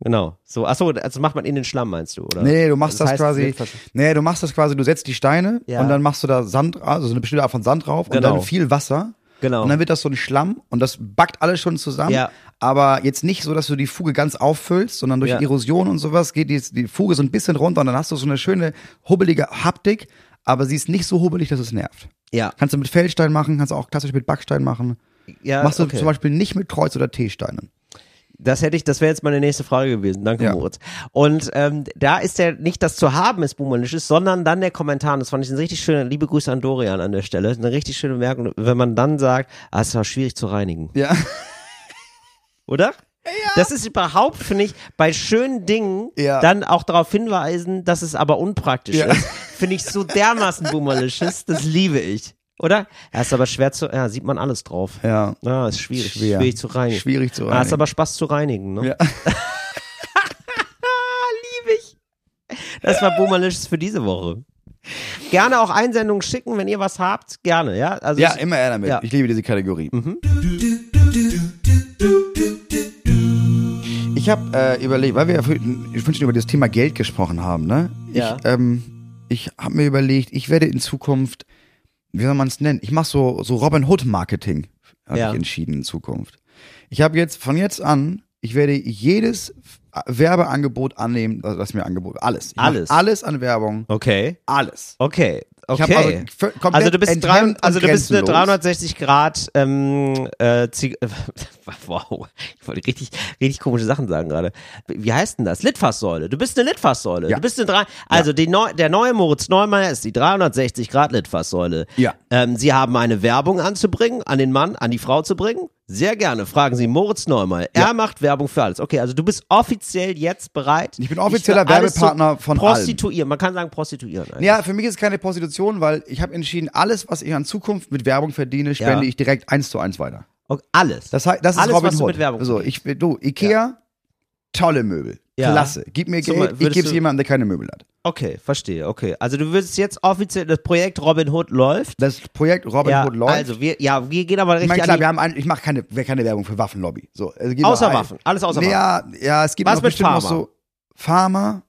Speaker 1: Genau. So, achso, also macht man in den Schlamm, meinst du, oder?
Speaker 2: Nee, du machst
Speaker 1: Das
Speaker 2: das,
Speaker 1: heißt, es
Speaker 2: quasi.
Speaker 1: wird versch-
Speaker 2: Nee, du machst das quasi, du setzt die Steine
Speaker 1: Ja.
Speaker 2: und dann machst du da Sand, also so eine bestimmte Art von Sand drauf und
Speaker 1: Genau.
Speaker 2: dann viel Wasser.
Speaker 1: Genau.
Speaker 2: Und dann wird das so ein Schlamm und das backt alles schon zusammen.
Speaker 1: Ja.
Speaker 2: Aber jetzt nicht so, dass du die Fuge ganz auffüllst, sondern durch
Speaker 1: Ja.
Speaker 2: Erosion und sowas geht die, die Fuge so ein bisschen runter und dann hast du so eine schöne, hubbelige Haptik, aber sie ist nicht so hubbelig, dass es nervt.
Speaker 1: Ja.
Speaker 2: Kannst du mit Feldstein machen, kannst du auch klassisch mit Backstein machen.
Speaker 1: ja
Speaker 2: Machst du
Speaker 1: Äh, okay.
Speaker 2: zum Beispiel nicht mit Kreuz- oder T-Steinen.
Speaker 1: Das hätte ich, das wäre jetzt meine nächste Frage gewesen. Danke,
Speaker 2: Ja.
Speaker 1: Moritz. Und ähm, da ist der nicht das zu haben ist Boomerlisches, sondern dann der Kommentar. Und Das fand ich eine richtig schöne, liebe Grüße an Dorian an der Stelle. Eine richtig schöne Merkung, wenn man dann sagt, ah, es war schwierig zu reinigen.
Speaker 2: Ja.
Speaker 1: Oder? Das ist überhaupt, finde ich, bei schönen Dingen
Speaker 2: Ja.
Speaker 1: dann auch darauf hinweisen, dass es aber unpraktisch
Speaker 2: Ja.
Speaker 1: ist. Finde ich so dermaßen boomerlisches, das liebe ich. Oder? Ja, ist aber schwer zu, ja, sieht man alles drauf.
Speaker 2: Ja.
Speaker 1: Ja, ist schwierig.
Speaker 2: Schwer.
Speaker 1: Schwierig zu reinigen.
Speaker 2: Schwierig
Speaker 1: Ah,
Speaker 2: zu
Speaker 1: ist
Speaker 2: reinigen.
Speaker 1: aber Spaß zu reinigen, ne?
Speaker 2: Ja.
Speaker 1: Liebe ich. Das war Boomerlisches für diese Woche. Gerne auch Einsendungen schicken, wenn ihr was habt. Gerne, ja? Also
Speaker 2: Ja,
Speaker 1: es-
Speaker 2: immer her damit.
Speaker 1: Ja. Mhm.
Speaker 2: Ich liebe diese Kategorie. Ich habe äh, überlegt, weil wir ja vorhin vorhin schon über das Thema Geld gesprochen haben, ne?
Speaker 1: Ja.
Speaker 2: Ich, ähm, ich habe mir überlegt, ich werde in Zukunft, wie soll man es nennen? Ich mache so, so Robin Hood Marketing, habe
Speaker 1: Ja.
Speaker 2: ich entschieden in Zukunft. Ich habe jetzt, von jetzt an, ich werde jedes, Werbeangebot annehmen, also das mir Angebot, alles. Ich mach
Speaker 1: Alles.
Speaker 2: Alles an Werbung,
Speaker 1: Okay.
Speaker 2: alles.
Speaker 1: Okay.
Speaker 2: Ich hab
Speaker 1: Okay.
Speaker 2: also vö- komplett
Speaker 1: also du bist,
Speaker 2: enthemmt
Speaker 1: drei,
Speaker 2: und
Speaker 1: also du bist eine
Speaker 2: grenzenlos.
Speaker 1: 360 Grad ähm, äh, Zig Wow, ich wollte richtig, richtig komische Sachen sagen gerade. Wie heißt denn das? Litfaßsäule. Du bist eine Litfaßsäule.
Speaker 2: Ja.
Speaker 1: Du bist eine drei. Also die neu, der neue Moritz Neumeier ist die 360 Grad Litfaßsäule.
Speaker 2: Ja.
Speaker 1: Ähm, Sie haben eine Werbung anzubringen, an den Mann, an die Frau zu bringen. Sehr gerne. Fragen Sie Moritz Neumeier. Er macht Werbung für alles. Okay, also du bist offiziell jetzt bereit.
Speaker 2: Ich bin
Speaker 1: dich für
Speaker 2: offizieller
Speaker 1: alles zu
Speaker 2: Werbepartner von allen.
Speaker 1: Prostituieren. Man kann sagen Prostituieren. eigentlich.
Speaker 2: Ja, für mich ist es keine Prostitution, weil ich habe entschieden, alles, was ich an Zukunft mit Werbung verdiene,
Speaker 1: Ja.
Speaker 2: spende ich direkt eins zu eins weiter.
Speaker 1: Okay, alles.
Speaker 2: Das, heißt, das ist
Speaker 1: Alles,
Speaker 2: Robin
Speaker 1: was du
Speaker 2: Hood.
Speaker 1: mit Werbung
Speaker 2: so, ich, du, Ikea, tolle Möbel.
Speaker 1: Ja.
Speaker 2: Klasse. Gib mir
Speaker 1: Zum
Speaker 2: Geld,
Speaker 1: Beispiel
Speaker 2: ich
Speaker 1: würdest
Speaker 2: gebe es
Speaker 1: du-
Speaker 2: jemandem, der keine Möbel hat.
Speaker 1: Okay, verstehe. Okay. Also du würdest jetzt offiziell das Projekt Robin Hood läuft.
Speaker 2: Das Projekt Robin
Speaker 1: ja,
Speaker 2: Hood läuft.
Speaker 1: Also wir ja, wir gehen aber
Speaker 2: ich
Speaker 1: richtig
Speaker 2: meine, klar, wir
Speaker 1: an
Speaker 2: haben ein, ich mache keine, wer- keine Werbung für Waffenlobby. So, also gehen wir
Speaker 1: außer
Speaker 2: ein.
Speaker 1: Waffen. Alles außer Waffen.
Speaker 2: Ja, ja, es gibt
Speaker 1: Was
Speaker 2: noch
Speaker 1: mit
Speaker 2: bestimmt noch
Speaker 1: Pharma?
Speaker 2: so Pharma.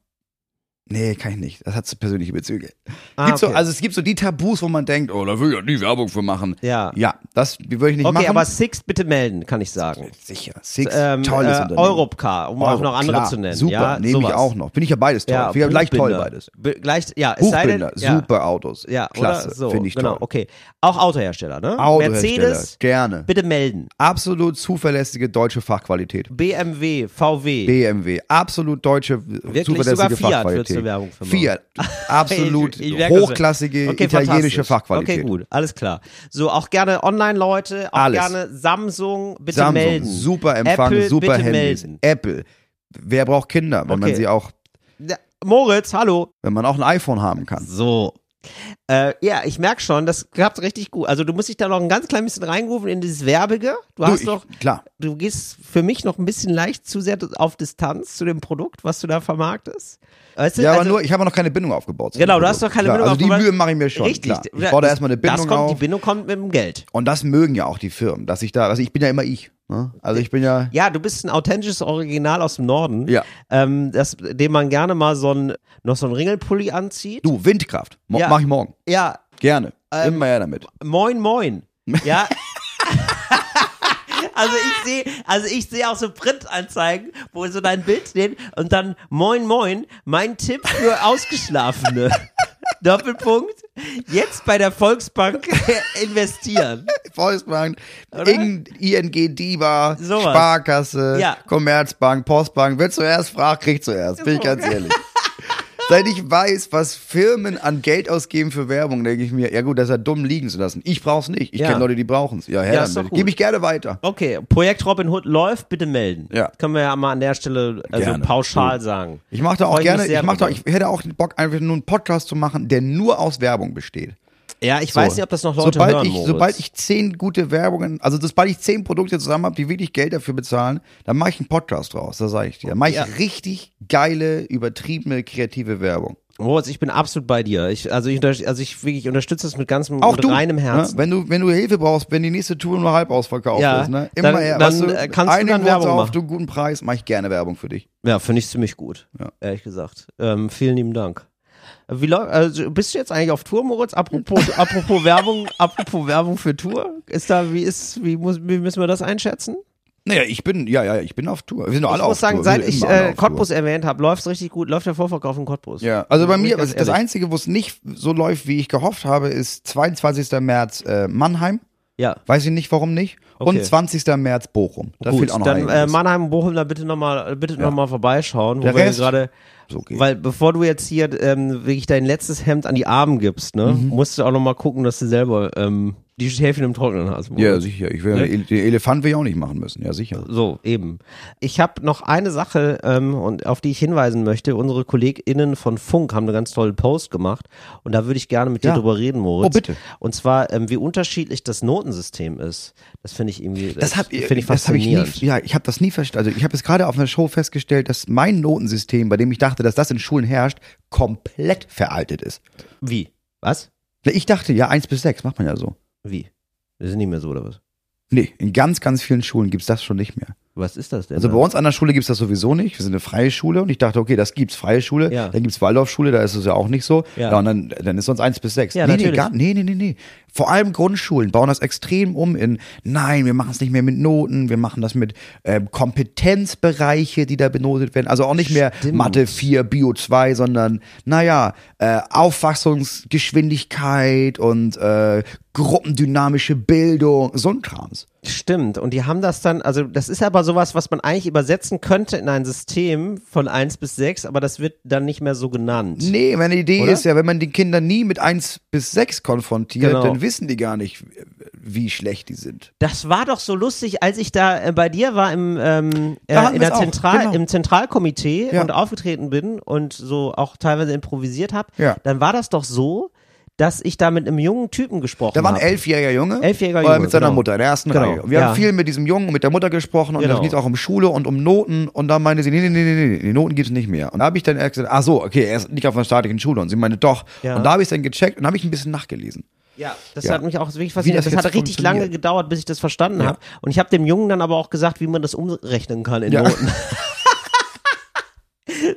Speaker 2: Nee, kann ich nicht. Das hat so persönliche Bezüge.
Speaker 1: Ah,
Speaker 2: Gibt's so,
Speaker 1: okay.
Speaker 2: also es gibt so die Tabus, wo man denkt, oh, da will ich ja nie Werbung für machen.
Speaker 1: Ja.
Speaker 2: Ja, das würde ich nicht
Speaker 1: okay,
Speaker 2: machen.
Speaker 1: aber Six bitte melden, kann ich sagen.
Speaker 2: sicher. Six,
Speaker 1: Ähm,
Speaker 2: tolles
Speaker 1: äh,
Speaker 2: Unternehmen.
Speaker 1: Europcar, um auch
Speaker 2: Euro,
Speaker 1: noch andere
Speaker 2: klar,
Speaker 1: zu nennen.
Speaker 2: Super,
Speaker 1: ja,
Speaker 2: nehme
Speaker 1: sowas.
Speaker 2: ich auch noch. Bin ich ja beides toll.
Speaker 1: Ja,
Speaker 2: Finde ich ja gleich toll
Speaker 1: Buchbinder.
Speaker 2: beides.
Speaker 1: Be gleich, ja, es sei denn,
Speaker 2: Buchbinder,
Speaker 1: ja.
Speaker 2: super Autos.
Speaker 1: Ja,
Speaker 2: Klasse,
Speaker 1: oder so.
Speaker 2: finde ich
Speaker 1: genau,
Speaker 2: toll.
Speaker 1: okay. Auch Autohersteller, ne?
Speaker 2: Autohersteller,
Speaker 1: Mercedes,
Speaker 2: gerne.
Speaker 1: bitte melden.
Speaker 2: Absolut zuverlässige deutsche Fachqualität.
Speaker 1: BMW, VW.
Speaker 2: BMW, absolut deutsche
Speaker 1: sogar
Speaker 2: zuverlässige
Speaker 1: Fiat würdest du
Speaker 2: Fachqualität.
Speaker 1: Werbung für machen.
Speaker 2: Fiat, absolut
Speaker 1: Ich- ich merke das.
Speaker 2: hochklassige
Speaker 1: Okay,
Speaker 2: italienische
Speaker 1: fantastisch.
Speaker 2: Fachqualität.
Speaker 1: Okay, gut, alles klar. So, auch gerne Online-Leute, auch
Speaker 2: Alles.
Speaker 1: gerne Samsung, bitte
Speaker 2: Samsung,
Speaker 1: melden.
Speaker 2: super Empfang,
Speaker 1: Apple,
Speaker 2: super
Speaker 1: bitte
Speaker 2: Handys.
Speaker 1: Melden.
Speaker 2: Apple, wer braucht Kinder, wenn man
Speaker 1: Okay.
Speaker 2: sie auch,
Speaker 1: Ja, Moritz, hallo.
Speaker 2: wenn man auch ein iPhone haben kann?
Speaker 1: So. Äh, ja, ich merke schon, das klappt richtig gut. Also du musst dich da noch ein ganz klein bisschen reinrufen in dieses Werbige. Du hast
Speaker 2: ich,
Speaker 1: noch,
Speaker 2: klar.
Speaker 1: du gehst für mich noch ein bisschen leicht zu sehr auf Distanz zu dem Produkt, was du da vermarktest. Weißt du,
Speaker 2: Ja, aber
Speaker 1: also-
Speaker 2: nur, ich habe noch keine Bindung aufgebaut. zu dem
Speaker 1: Genau, du
Speaker 2: Produkt.
Speaker 1: hast doch keine
Speaker 2: klar,
Speaker 1: Bindung
Speaker 2: Also
Speaker 1: aufgebaut.
Speaker 2: die Mühe mache ich mir schon.
Speaker 1: Richtig.
Speaker 2: Klar. Ich baue da erstmal eine
Speaker 1: das
Speaker 2: Bindung
Speaker 1: kommt,
Speaker 2: auf.
Speaker 1: Die Bindung kommt mit dem Geld.
Speaker 2: und das mögen ja auch die Firmen, dass ich da, also ich bin ja immer ich. Ne? Also ich bin ja,
Speaker 1: Ja, du bist ein authentisches Original aus dem Norden,
Speaker 2: Ja.
Speaker 1: ähm, das, dem man gerne mal so ein, noch so einen Ringelpulli anzieht.
Speaker 2: du, Windkraft, Mo
Speaker 1: Ja. Ähm,
Speaker 2: mache ich morgen.
Speaker 1: Ja,
Speaker 2: Gerne. immer ja damit.
Speaker 1: moin, moin. Ja. Also ich sehe, also ich sehe auch so Printanzeigen, wo so dein Bild steht und dann Moin Moin, mein Tipp für Ausgeschlafene. Doppelpunkt. Jetzt bei der Volksbank investieren.
Speaker 2: Volksbank, ING, ING DIBA,
Speaker 1: Sowas.
Speaker 2: Sparkasse,
Speaker 1: Ja.
Speaker 2: Commerzbank, Postbank. Wer zuerst fragt, kriegt zuerst. Bin ich ganz ehrlich. Seit ich weiß, was Firmen an Geld ausgeben für Werbung, denke ich mir, ja gut, das ist ja dumm liegen zu lassen. Ich brauch's nicht. Ich
Speaker 1: Ja.
Speaker 2: kenne Leute, die brauchen's. Ja,
Speaker 1: Ja,
Speaker 2: her
Speaker 1: ist doch
Speaker 2: damit.
Speaker 1: gut.
Speaker 2: Gebe ich gerne weiter.
Speaker 1: Okay, Projekt Robin Hood läuft, bitte melden.
Speaker 2: Ja.
Speaker 1: Können wir ja mal an der Stelle also
Speaker 2: Gerne.
Speaker 1: pauschal sagen.
Speaker 2: Ich mache da auch
Speaker 1: Freu mich
Speaker 2: gerne,
Speaker 1: sehr
Speaker 2: ich, mach da,
Speaker 1: drüber.
Speaker 2: ich hätte auch Bock, einfach nur einen Podcast zu machen, der nur aus Werbung besteht.
Speaker 1: Ja, ich weiß nicht, ob das noch Leute
Speaker 2: sobald
Speaker 1: hören,
Speaker 2: ich,
Speaker 1: Moritz.
Speaker 2: Sobald ich zehn gute Werbungen, also sobald ich zehn Produkte zusammen habe, die wirklich Geld dafür bezahlen, dann mache ich einen Podcast draus, das sage ich dir. Dann mache ich richtig geile, übertriebene, kreative Werbung.
Speaker 1: Moritz, ich bin absolut bei dir. Ich, also ich, unter- also ich, wirklich unterstütze das mit ganzem,
Speaker 2: Auch
Speaker 1: mit
Speaker 2: du,
Speaker 1: reinem
Speaker 2: ne?
Speaker 1: Herzen.
Speaker 2: Wenn du, wenn du Hilfe brauchst, wenn die nächste Tour nur halb ausverkauft
Speaker 1: Ja,
Speaker 2: ist, ne?
Speaker 1: dann-
Speaker 2: Immer her.
Speaker 1: dann,
Speaker 2: weißt
Speaker 1: äh, kannst du dann
Speaker 2: einigen wir uns
Speaker 1: Werbung
Speaker 2: auf
Speaker 1: machen.
Speaker 2: einen guten Preis, mache ich gerne Werbung für dich.
Speaker 1: Ja, finde ich ziemlich gut,
Speaker 2: Ja.
Speaker 1: ehrlich gesagt. Ähm, vielen lieben Dank. Wie läuft, also bist du jetzt eigentlich auf Tour, Moritz? Apropos, apropos Werbung, apropos Werbung für Tour? Ist da, wie ist, wie, muss, wie müssen wir das einschätzen?
Speaker 2: Naja, ich bin, ja, ja, ich bin auf Tour. Wir sind doch alle
Speaker 1: ich muss
Speaker 2: auf
Speaker 1: sagen,
Speaker 2: Tour. Wir
Speaker 1: seit
Speaker 2: sind
Speaker 1: ich
Speaker 2: immer alle
Speaker 1: äh,
Speaker 2: auf Tour.
Speaker 1: Cottbus erwähnt habe, läuft es richtig gut, läuft der Vorverkauf in Cottbus.
Speaker 2: Ja, also bei
Speaker 1: Bin ich
Speaker 2: mir,
Speaker 1: ganz
Speaker 2: was, das
Speaker 1: ehrlich.
Speaker 2: Einzige, wo es nicht so läuft, wie ich gehofft habe, ist 22. März äh, Mannheim.
Speaker 1: Ja.
Speaker 2: Weiß ich nicht, warum nicht.
Speaker 1: Okay.
Speaker 2: Und 20. März Bochum. Da
Speaker 1: Gut,
Speaker 2: fehlt auch noch
Speaker 1: dann äh,
Speaker 2: einiges.
Speaker 1: Mannheim und Bochum, da bitte nochmal bitte noch mal vorbeischauen, wo
Speaker 2: Der
Speaker 1: wir
Speaker 2: Rest-
Speaker 1: gerade,
Speaker 2: so geht's.
Speaker 1: weil bevor du jetzt hier ähm, wirklich dein letztes Hemd an die Armen gibst, ne,
Speaker 2: Mhm.
Speaker 1: musst du auch nochmal gucken, dass du selber ähm, die Schäfchen im Trocknen hast.
Speaker 2: ja, sicher. Ich will, Den Elefant will ich auch nicht machen müssen. Ja, sicher.
Speaker 1: So, eben. Ich habe noch eine Sache, ähm, und auf die ich hinweisen möchte. Unsere KollegInnen von Funk haben eine ganz tolle Post gemacht und da würde ich gerne mit
Speaker 2: Ja.
Speaker 1: dir drüber reden, Moritz.
Speaker 2: Oh, bitte.
Speaker 1: Und zwar, ähm, wie unterschiedlich das Notensystem ist. Das finde ich irgendwie
Speaker 2: Das habe
Speaker 1: finde ich
Speaker 2: das hab ich nie,
Speaker 1: faszinierend.
Speaker 2: ja, ich habe das nie verstanden. Also ich habe es gerade auf einer Show festgestellt, dass mein Notensystem, bei dem ich dachte, dass das in Schulen herrscht, komplett veraltet ist.
Speaker 1: wie? Was?
Speaker 2: Ich dachte, ja, 1 bis 6 macht man ja so.
Speaker 1: Wie? Das ist nicht mehr so, oder was?
Speaker 2: Nee, in ganz, ganz vielen Schulen gibt's das schon nicht mehr.
Speaker 1: Was ist das denn?
Speaker 2: Also bei
Speaker 1: dann?
Speaker 2: uns an der Schule gibt's das sowieso nicht. Wir sind eine freie Schule und ich dachte, okay, das gibt's freie Schule.
Speaker 1: Ja.
Speaker 2: Dann gibt's Waldorfschule, da ist es ja auch nicht so.
Speaker 1: Ja.
Speaker 2: Ja, und dann, dann ist sonst eins bis sechs.
Speaker 1: Ja,
Speaker 2: nee, nee,
Speaker 1: natürlich.
Speaker 2: gar, nee, nee, nee, nee. Vor allem Grundschulen bauen das extrem um in, nein, wir machen es nicht mehr mit Noten, wir machen das mit ähm, Kompetenzbereiche, die da benotet werden. Also auch nicht mehr
Speaker 1: Stimmt.
Speaker 2: Mathe 4, Bio 2, sondern, naja, äh, Auffassungsgeschwindigkeit und äh, gruppendynamische Bildung, so ein Krams.
Speaker 1: Stimmt. Und die haben das dann, also das ist aber sowas, was man eigentlich übersetzen könnte in ein System von 1 bis 6, aber das wird dann nicht mehr so genannt.
Speaker 2: Nee, meine Idee
Speaker 1: Oder?
Speaker 2: ist ja, wenn man die Kinder nie mit 1 bis 6 konfrontiert,
Speaker 1: Genau.
Speaker 2: dann wissen die gar nicht, wie schlecht die sind.
Speaker 1: Das war doch so lustig, als ich da äh, bei dir war im, ähm,
Speaker 2: Da hatten
Speaker 1: äh, in
Speaker 2: wir's
Speaker 1: der
Speaker 2: auch,
Speaker 1: Zentral,
Speaker 2: genau.
Speaker 1: im Zentralkomitee
Speaker 2: Ja.
Speaker 1: und aufgetreten bin und so auch teilweise improvisiert habe.
Speaker 2: Ja.
Speaker 1: Dann war das doch so, dass ich da mit einem jungen Typen gesprochen
Speaker 2: Da war ein
Speaker 1: habe.
Speaker 2: elfjähriger Junge.
Speaker 1: Elfjähriger
Speaker 2: äh,
Speaker 1: Junge,
Speaker 2: Mit seiner
Speaker 1: genau.
Speaker 2: Mutter in der ersten
Speaker 1: Genau,
Speaker 2: Reihe. Und Wir
Speaker 1: ja.
Speaker 2: haben viel mit diesem Jungen und mit der Mutter gesprochen und
Speaker 1: Genau.
Speaker 2: da ging es auch um Schule und um Noten. Und dann meinte sie, nee, nee, nee, nee, nee, die Noten gibt es nicht mehr. Und da habe ich dann erst gesagt, ach so, okay, er ist nicht auf einer staatlichen Schule. Und sie meinte, doch.
Speaker 1: Ja.
Speaker 2: Und da habe ich es dann gecheckt und habe ich ein bisschen nachgelesen.
Speaker 1: Ja, das
Speaker 2: Ja.
Speaker 1: hat mich auch wirklich fasziniert.
Speaker 2: das
Speaker 1: Das,
Speaker 2: jetzt
Speaker 1: hat richtig lange
Speaker 2: funktioniert.
Speaker 1: gedauert, bis ich das verstanden
Speaker 2: Ja.
Speaker 1: habe. Und ich habe dem Jungen dann aber auch gesagt, wie man das umrechnen kann in
Speaker 2: Ja.
Speaker 1: Noten.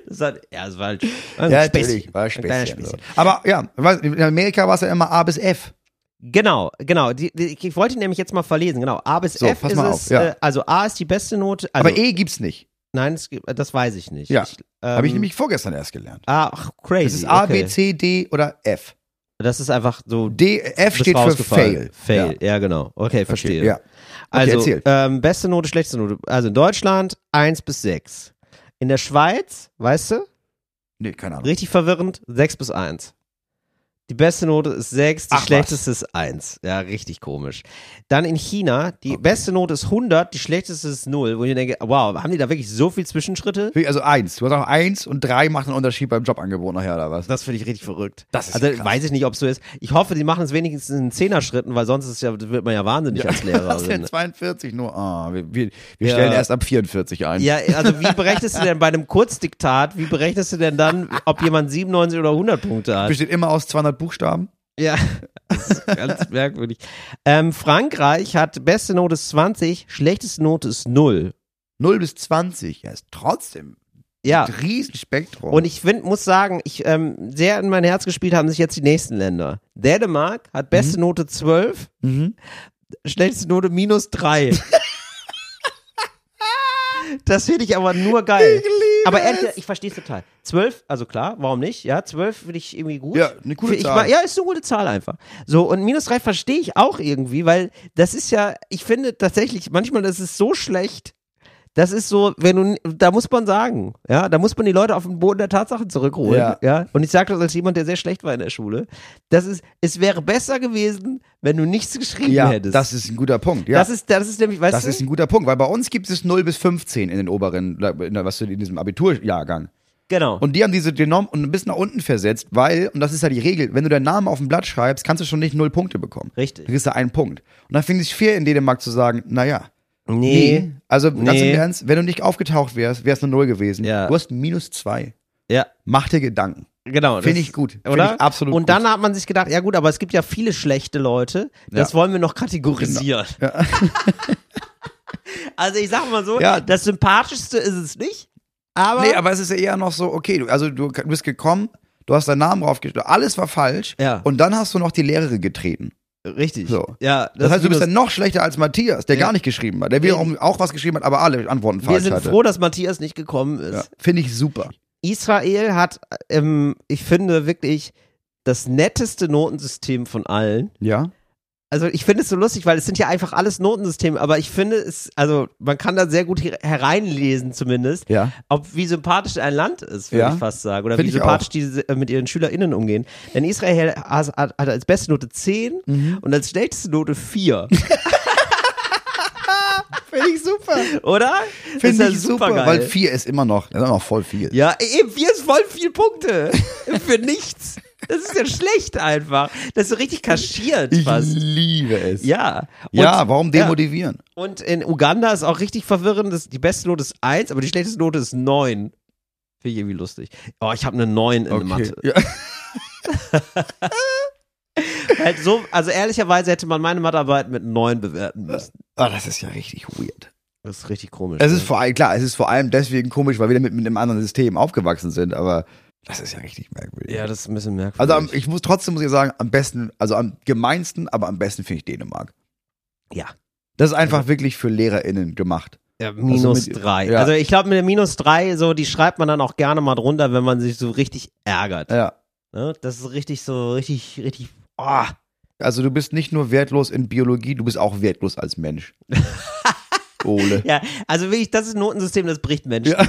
Speaker 1: das hat, ja, es war halt ein
Speaker 2: ja,
Speaker 1: Späßchen.
Speaker 2: natürlich. War ein
Speaker 1: kleiner
Speaker 2: Späßchen. so.
Speaker 1: Späßchen.
Speaker 2: Aber ja, weiß- in Amerika war es ja immer A bis F.
Speaker 1: Genau, genau. Die, die, ich wollte ihn nämlich jetzt mal verlesen. Genau. A bis
Speaker 2: So,
Speaker 1: F
Speaker 2: pass
Speaker 1: ist
Speaker 2: mal auf,
Speaker 1: es.
Speaker 2: ja.
Speaker 1: Äh, also A ist die beste Note. Also,
Speaker 2: Aber E gibt's nicht.
Speaker 1: Nein, es, gibt- das weiß ich nicht.
Speaker 2: Ja.
Speaker 1: Ich, ähm, Ah,
Speaker 2: Habe ich nämlich vorgestern erst gelernt.
Speaker 1: Ach, crazy.
Speaker 2: Es ist A,
Speaker 1: okay.
Speaker 2: B, C, D oder F.
Speaker 1: Das ist einfach so.
Speaker 2: D, F
Speaker 1: bist
Speaker 2: steht für Fail.
Speaker 1: rausgefallen. Fail, ja, genau. Okay,
Speaker 2: Ja.
Speaker 1: verstehe.
Speaker 2: Ja. Okay,
Speaker 1: Also,
Speaker 2: erzähl.
Speaker 1: ähm, beste Note, schlechteste Note. Also in Deutschland 1 bis 6. In der Schweiz, weißt du,
Speaker 2: Nee, keine Ahnung.
Speaker 1: richtig verwirrend, 6 bis 1. Die beste Note ist 6, die
Speaker 2: Ach, was.
Speaker 1: schlechteste ist 1. Ja, richtig komisch. Dann in China, die beste Note ist 100, die schlechteste ist 0. Wo ich denke, wow, haben die da wirklich so viel Zwischenschritte?
Speaker 2: Wirklich, Also eins. Du hast auch eins und drei macht einen Unterschied beim Jobangebot nachher oder was?
Speaker 1: Das finde ich richtig verrückt.
Speaker 2: Das ist
Speaker 1: also
Speaker 2: krass.
Speaker 1: weiß ich nicht, ob es so ist. Ich hoffe, die machen es wenigstens in Zehner-Schritten, weil sonst ist ja, wird man ja wahnsinnig als
Speaker 2: Das sind
Speaker 1: Lehrerin. ne?
Speaker 2: 42 nur. Ah, wir wir, wir
Speaker 1: Ja.
Speaker 2: stellen erst ab 44 ein.
Speaker 1: Ja, also wie berechnest du denn bei einem Kurzdiktat, wie berechnest du denn dann, ob jemand 97 oder 100 Punkte hat?
Speaker 2: Besteht immer aus 200 Buchstaben.
Speaker 1: Ja, das ist ganz merkwürdig. Ähm, Frankreich hat beste Note ist 20, schlechteste Note ist 0.
Speaker 2: 0 bis 20. Ja, ist trotzdem
Speaker 1: Ja.
Speaker 2: ein Riesenspektrum.
Speaker 1: Ah. Und ich find, muss sagen, ich ähm, sehr in mein Herz gespielt haben sich jetzt die nächsten Länder. Dänemark hat beste Note 12,
Speaker 2: Mhm.
Speaker 1: schlechteste Note minus 3. das finde ich aber nur geil. Aber entweder, ich verstehe es total. Zwölf, also klar, warum nicht? Ja, zwölf finde ich irgendwie gut.
Speaker 2: Ja, eine coole
Speaker 1: ich,
Speaker 2: Zahl.
Speaker 1: ma- Ja, ist eine gute Zahl einfach. So, und minus drei verstehe ich auch irgendwie, weil das ist ja, ich finde tatsächlich, manchmal ist es so schlecht, das ist so, wenn du, da muss man sagen, ja, da muss man die Leute auf den Boden der Tatsachen zurückholen,
Speaker 2: Ja.
Speaker 1: ja. Und ich sage das als jemand, der sehr schlecht war in der Schule. Das ist, es wäre besser gewesen, wenn du nichts geschrieben
Speaker 2: ja,
Speaker 1: hättest.
Speaker 2: das ist ein guter Punkt. Ja.
Speaker 1: das ist, das ist nämlich, weißt
Speaker 2: Das
Speaker 1: du,
Speaker 2: ist ein guter Punkt, weil bei uns gibt es 0 bis 15 in den oberen, in der- was in diesem Abiturjahrgang.
Speaker 1: genau.
Speaker 2: Und die haben diese genommen und ein bisschen nach unten versetzt, weil, und das ist ja die Regel, wenn du deinen Namen auf ein Blatt schreibst, kannst du schon nicht null Punkte bekommen.
Speaker 1: Richtig.
Speaker 2: Dann kriegst du einen Punkt. Und dann finde ich es fair, in Dänemark zu sagen, naja.
Speaker 1: nee.
Speaker 2: Also ganz im
Speaker 1: Nee.
Speaker 2: Ernst, wenn du nicht aufgetaucht wärst, wärst du null gewesen.
Speaker 1: Ja.
Speaker 2: Du hast minus zwei.
Speaker 1: Ja,
Speaker 2: Mach dir Gedanken.
Speaker 1: Genau.
Speaker 2: Finde
Speaker 1: das-
Speaker 2: ich gut. Finde
Speaker 1: Oder?
Speaker 2: ich absolut
Speaker 1: Und dann
Speaker 2: gut.
Speaker 1: hat man sich gedacht, ja gut, aber es gibt ja viele schlechte Leute. Das
Speaker 2: Ja. Genau.
Speaker 1: wollen wir noch kategorisieren. also ich sag mal so,
Speaker 2: Ja.
Speaker 1: das Sympathischste ist es nicht, aber,
Speaker 2: Nee, aber es ist ja eher noch so, okay, du, also du, du bist gekommen, du hast deinen Namen draufgeschrieben, alles war falsch.
Speaker 1: Ja.
Speaker 2: Und dann hast du noch die Lehrerin getreten.
Speaker 1: richtig.
Speaker 2: So.
Speaker 1: Ja,
Speaker 2: Das, heißt, du bist
Speaker 1: ist
Speaker 2: dann noch schlechter als Matthias, der gar nicht geschrieben hat. Der wiederum auch was geschrieben hat, aber alle Antworten
Speaker 1: wir
Speaker 2: falsch
Speaker 1: sind
Speaker 2: hatte.
Speaker 1: froh, dass Matthias nicht gekommen ist.
Speaker 2: Ja, Finde ich super.
Speaker 1: Israel hat, ähm, ich finde wirklich das netteste Notensystem von allen.
Speaker 2: Ja.
Speaker 1: Also ich finde es so lustig, weil es sind ja einfach alles Notensysteme, aber ich finde es, also man kann da sehr gut hier- hereinlesen zumindest,
Speaker 2: Ja.
Speaker 1: ob wie sympathisch ein Land ist, würde
Speaker 2: Ja.
Speaker 1: ich fast sagen. Oder
Speaker 2: Finde
Speaker 1: wie
Speaker 2: ich
Speaker 1: sympathisch die äh, mit ihren SchülerInnen umgehen. Denn Israel has- hat, hat als beste Note 10
Speaker 2: Mhm.
Speaker 1: und als schlechteste Note 4.
Speaker 2: Finde ich super.
Speaker 1: Oder? Ist
Speaker 2: Finde
Speaker 1: ja
Speaker 2: ich super,
Speaker 1: supergeil.
Speaker 2: weil vier ist immer noch, das ist immer noch voll viel.
Speaker 1: Ja, eben, wir ist voll viel Punkte. Für nichts. Das ist ja schlecht einfach. Das ist so richtig kaschiert
Speaker 2: ich
Speaker 1: fast.
Speaker 2: liebe es.
Speaker 1: Ja. Und-
Speaker 2: Ja, warum
Speaker 1: Ja.
Speaker 2: demotivieren?
Speaker 1: Und in Uganda ist auch richtig verwirrend. Das, die beste Note ist 1, aber die schlechteste Note ist 9. Finde ich irgendwie lustig. Oh, ich habe eine 9 in der Mathe.
Speaker 2: Ja.
Speaker 1: Halt so, also ehrlicherweise hätte man meine Mathearbeit mit 9 bewerten müssen.
Speaker 2: Ah, das ist ja richtig weird.
Speaker 1: Das ist richtig komisch.
Speaker 2: Es
Speaker 1: ne?
Speaker 2: ist vor allem, klar, es ist vor allem deswegen komisch, weil wir mit, mit einem anderen System aufgewachsen sind, aber Das ist ja richtig merkwürdig.
Speaker 1: Ja, das ist ein bisschen merkwürdig.
Speaker 2: also am, ich muss trotzdem muss ich sagen, am besten, also am gemeinsten, aber am besten finde ich Dänemark.
Speaker 1: ja. Also
Speaker 2: Das ist einfach wirklich für LehrerInnen gemacht.
Speaker 1: Ja, minus
Speaker 2: also mit-
Speaker 1: drei.
Speaker 2: ja.
Speaker 1: Also ich glaube, mit der minus drei, so, die schreibt man dann auch gerne mal drunter, wenn man sich so richtig ärgert.
Speaker 2: Ja.
Speaker 1: Ne? Das ist richtig so, richtig, richtig, oh,
Speaker 2: Also du bist nicht nur wertlos in Biologie, du bist auch wertlos als Mensch. Ole.
Speaker 1: Ja, also wirklich, das ist ein Notensystem, das bricht Menschen.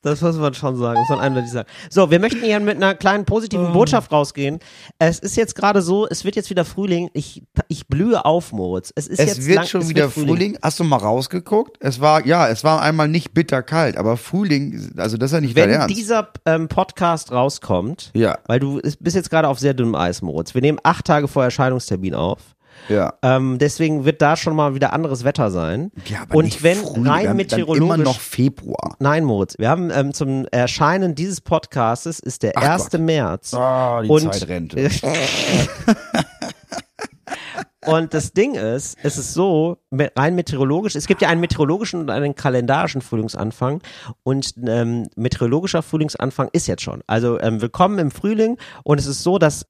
Speaker 1: Das muss man schon sagen, muss man eindeutig sagen. So, wir möchten hier mit einer kleinen
Speaker 2: Oh.
Speaker 1: positiven Botschaft rausgehen. Es ist jetzt gerade so, es wird jetzt wieder Frühling. Ich, ich blühe auf, Moritz. Es ist
Speaker 2: Es
Speaker 1: jetzt
Speaker 2: wird
Speaker 1: lang,
Speaker 2: schon
Speaker 1: es
Speaker 2: wieder
Speaker 1: wird
Speaker 2: Frühling. Hast du mal rausgeguckt? Es war, ja, es war einmal nicht bitterkalt, aber Frühling, also das ist ja nicht
Speaker 1: Wenn
Speaker 2: dein Ernst.
Speaker 1: dieser ähm, Podcast rauskommt,
Speaker 2: Ja.
Speaker 1: weil du ist- bist jetzt gerade auf sehr dünnem Eis, Moritz. Wir nehmen acht Tage vor Erscheinungstermin auf.
Speaker 2: ja.
Speaker 1: Ähm, deswegen wird da schon mal wieder anderes Wetter sein.
Speaker 2: ja, aber
Speaker 1: Und
Speaker 2: nicht
Speaker 1: wenn
Speaker 2: Frühling,
Speaker 1: rein
Speaker 2: dann,
Speaker 1: meteorologisch
Speaker 2: Dann immer noch Februar.
Speaker 1: Nein, Moritz, wir haben ähm, zum Erscheinen dieses Podcastes ist der
Speaker 2: Ach
Speaker 1: 1.
Speaker 2: Gott.
Speaker 1: März.
Speaker 2: Ah, die
Speaker 1: und, äh,
Speaker 2: Zeitrente.
Speaker 1: und das Ding ist, es ist so, me- rein meteorologisch, es gibt ja einen meteorologischen und einen kalendarischen Frühlingsanfang und ähm, meteorologischer Frühlingsanfang ist jetzt schon. Also ähm, willkommen im Frühling und es ist so, dass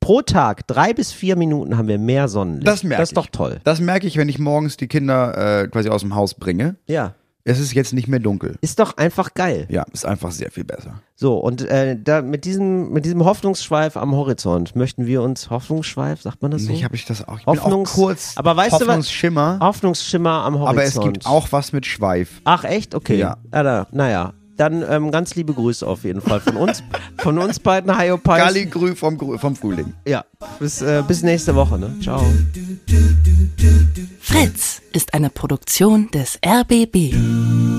Speaker 1: pro Tag drei bis vier Minuten haben wir mehr Sonnenlicht.
Speaker 2: Das merke
Speaker 1: Das ist doch
Speaker 2: ich.
Speaker 1: toll.
Speaker 2: Das merke ich, wenn ich morgens die Kinder äh, quasi aus dem Haus bringe.
Speaker 1: Ja.
Speaker 2: Es ist jetzt nicht mehr dunkel.
Speaker 1: Ist doch einfach geil.
Speaker 2: Ja, ist einfach sehr viel besser.
Speaker 1: So, und äh, da mit diesem, mit diesem Hoffnungsschweif am Horizont möchten wir uns Hoffnungsschweif, sagt man das so?
Speaker 2: Ich habe ich das auch. Ich bin auch
Speaker 1: Hoffnungs-
Speaker 2: kurz
Speaker 1: aber weißt du was-
Speaker 2: Hoffnungsschimmer,
Speaker 1: Hoffnungsschimmer am Horizont.
Speaker 2: aber es gibt auch was mit Schweif.
Speaker 1: Ach, echt? Okay.
Speaker 2: Ja.
Speaker 1: Ah, da, naja. Dann ähm, ganz liebe Grüße auf jeden Fall von uns, von uns beiden Hyopies.
Speaker 2: Galligrü vom, Gru- vom Frühling.
Speaker 1: Ja. Bis, äh, bis nächste Woche, ne? Ciao.
Speaker 3: Fritz ist eine Produktion des RBB.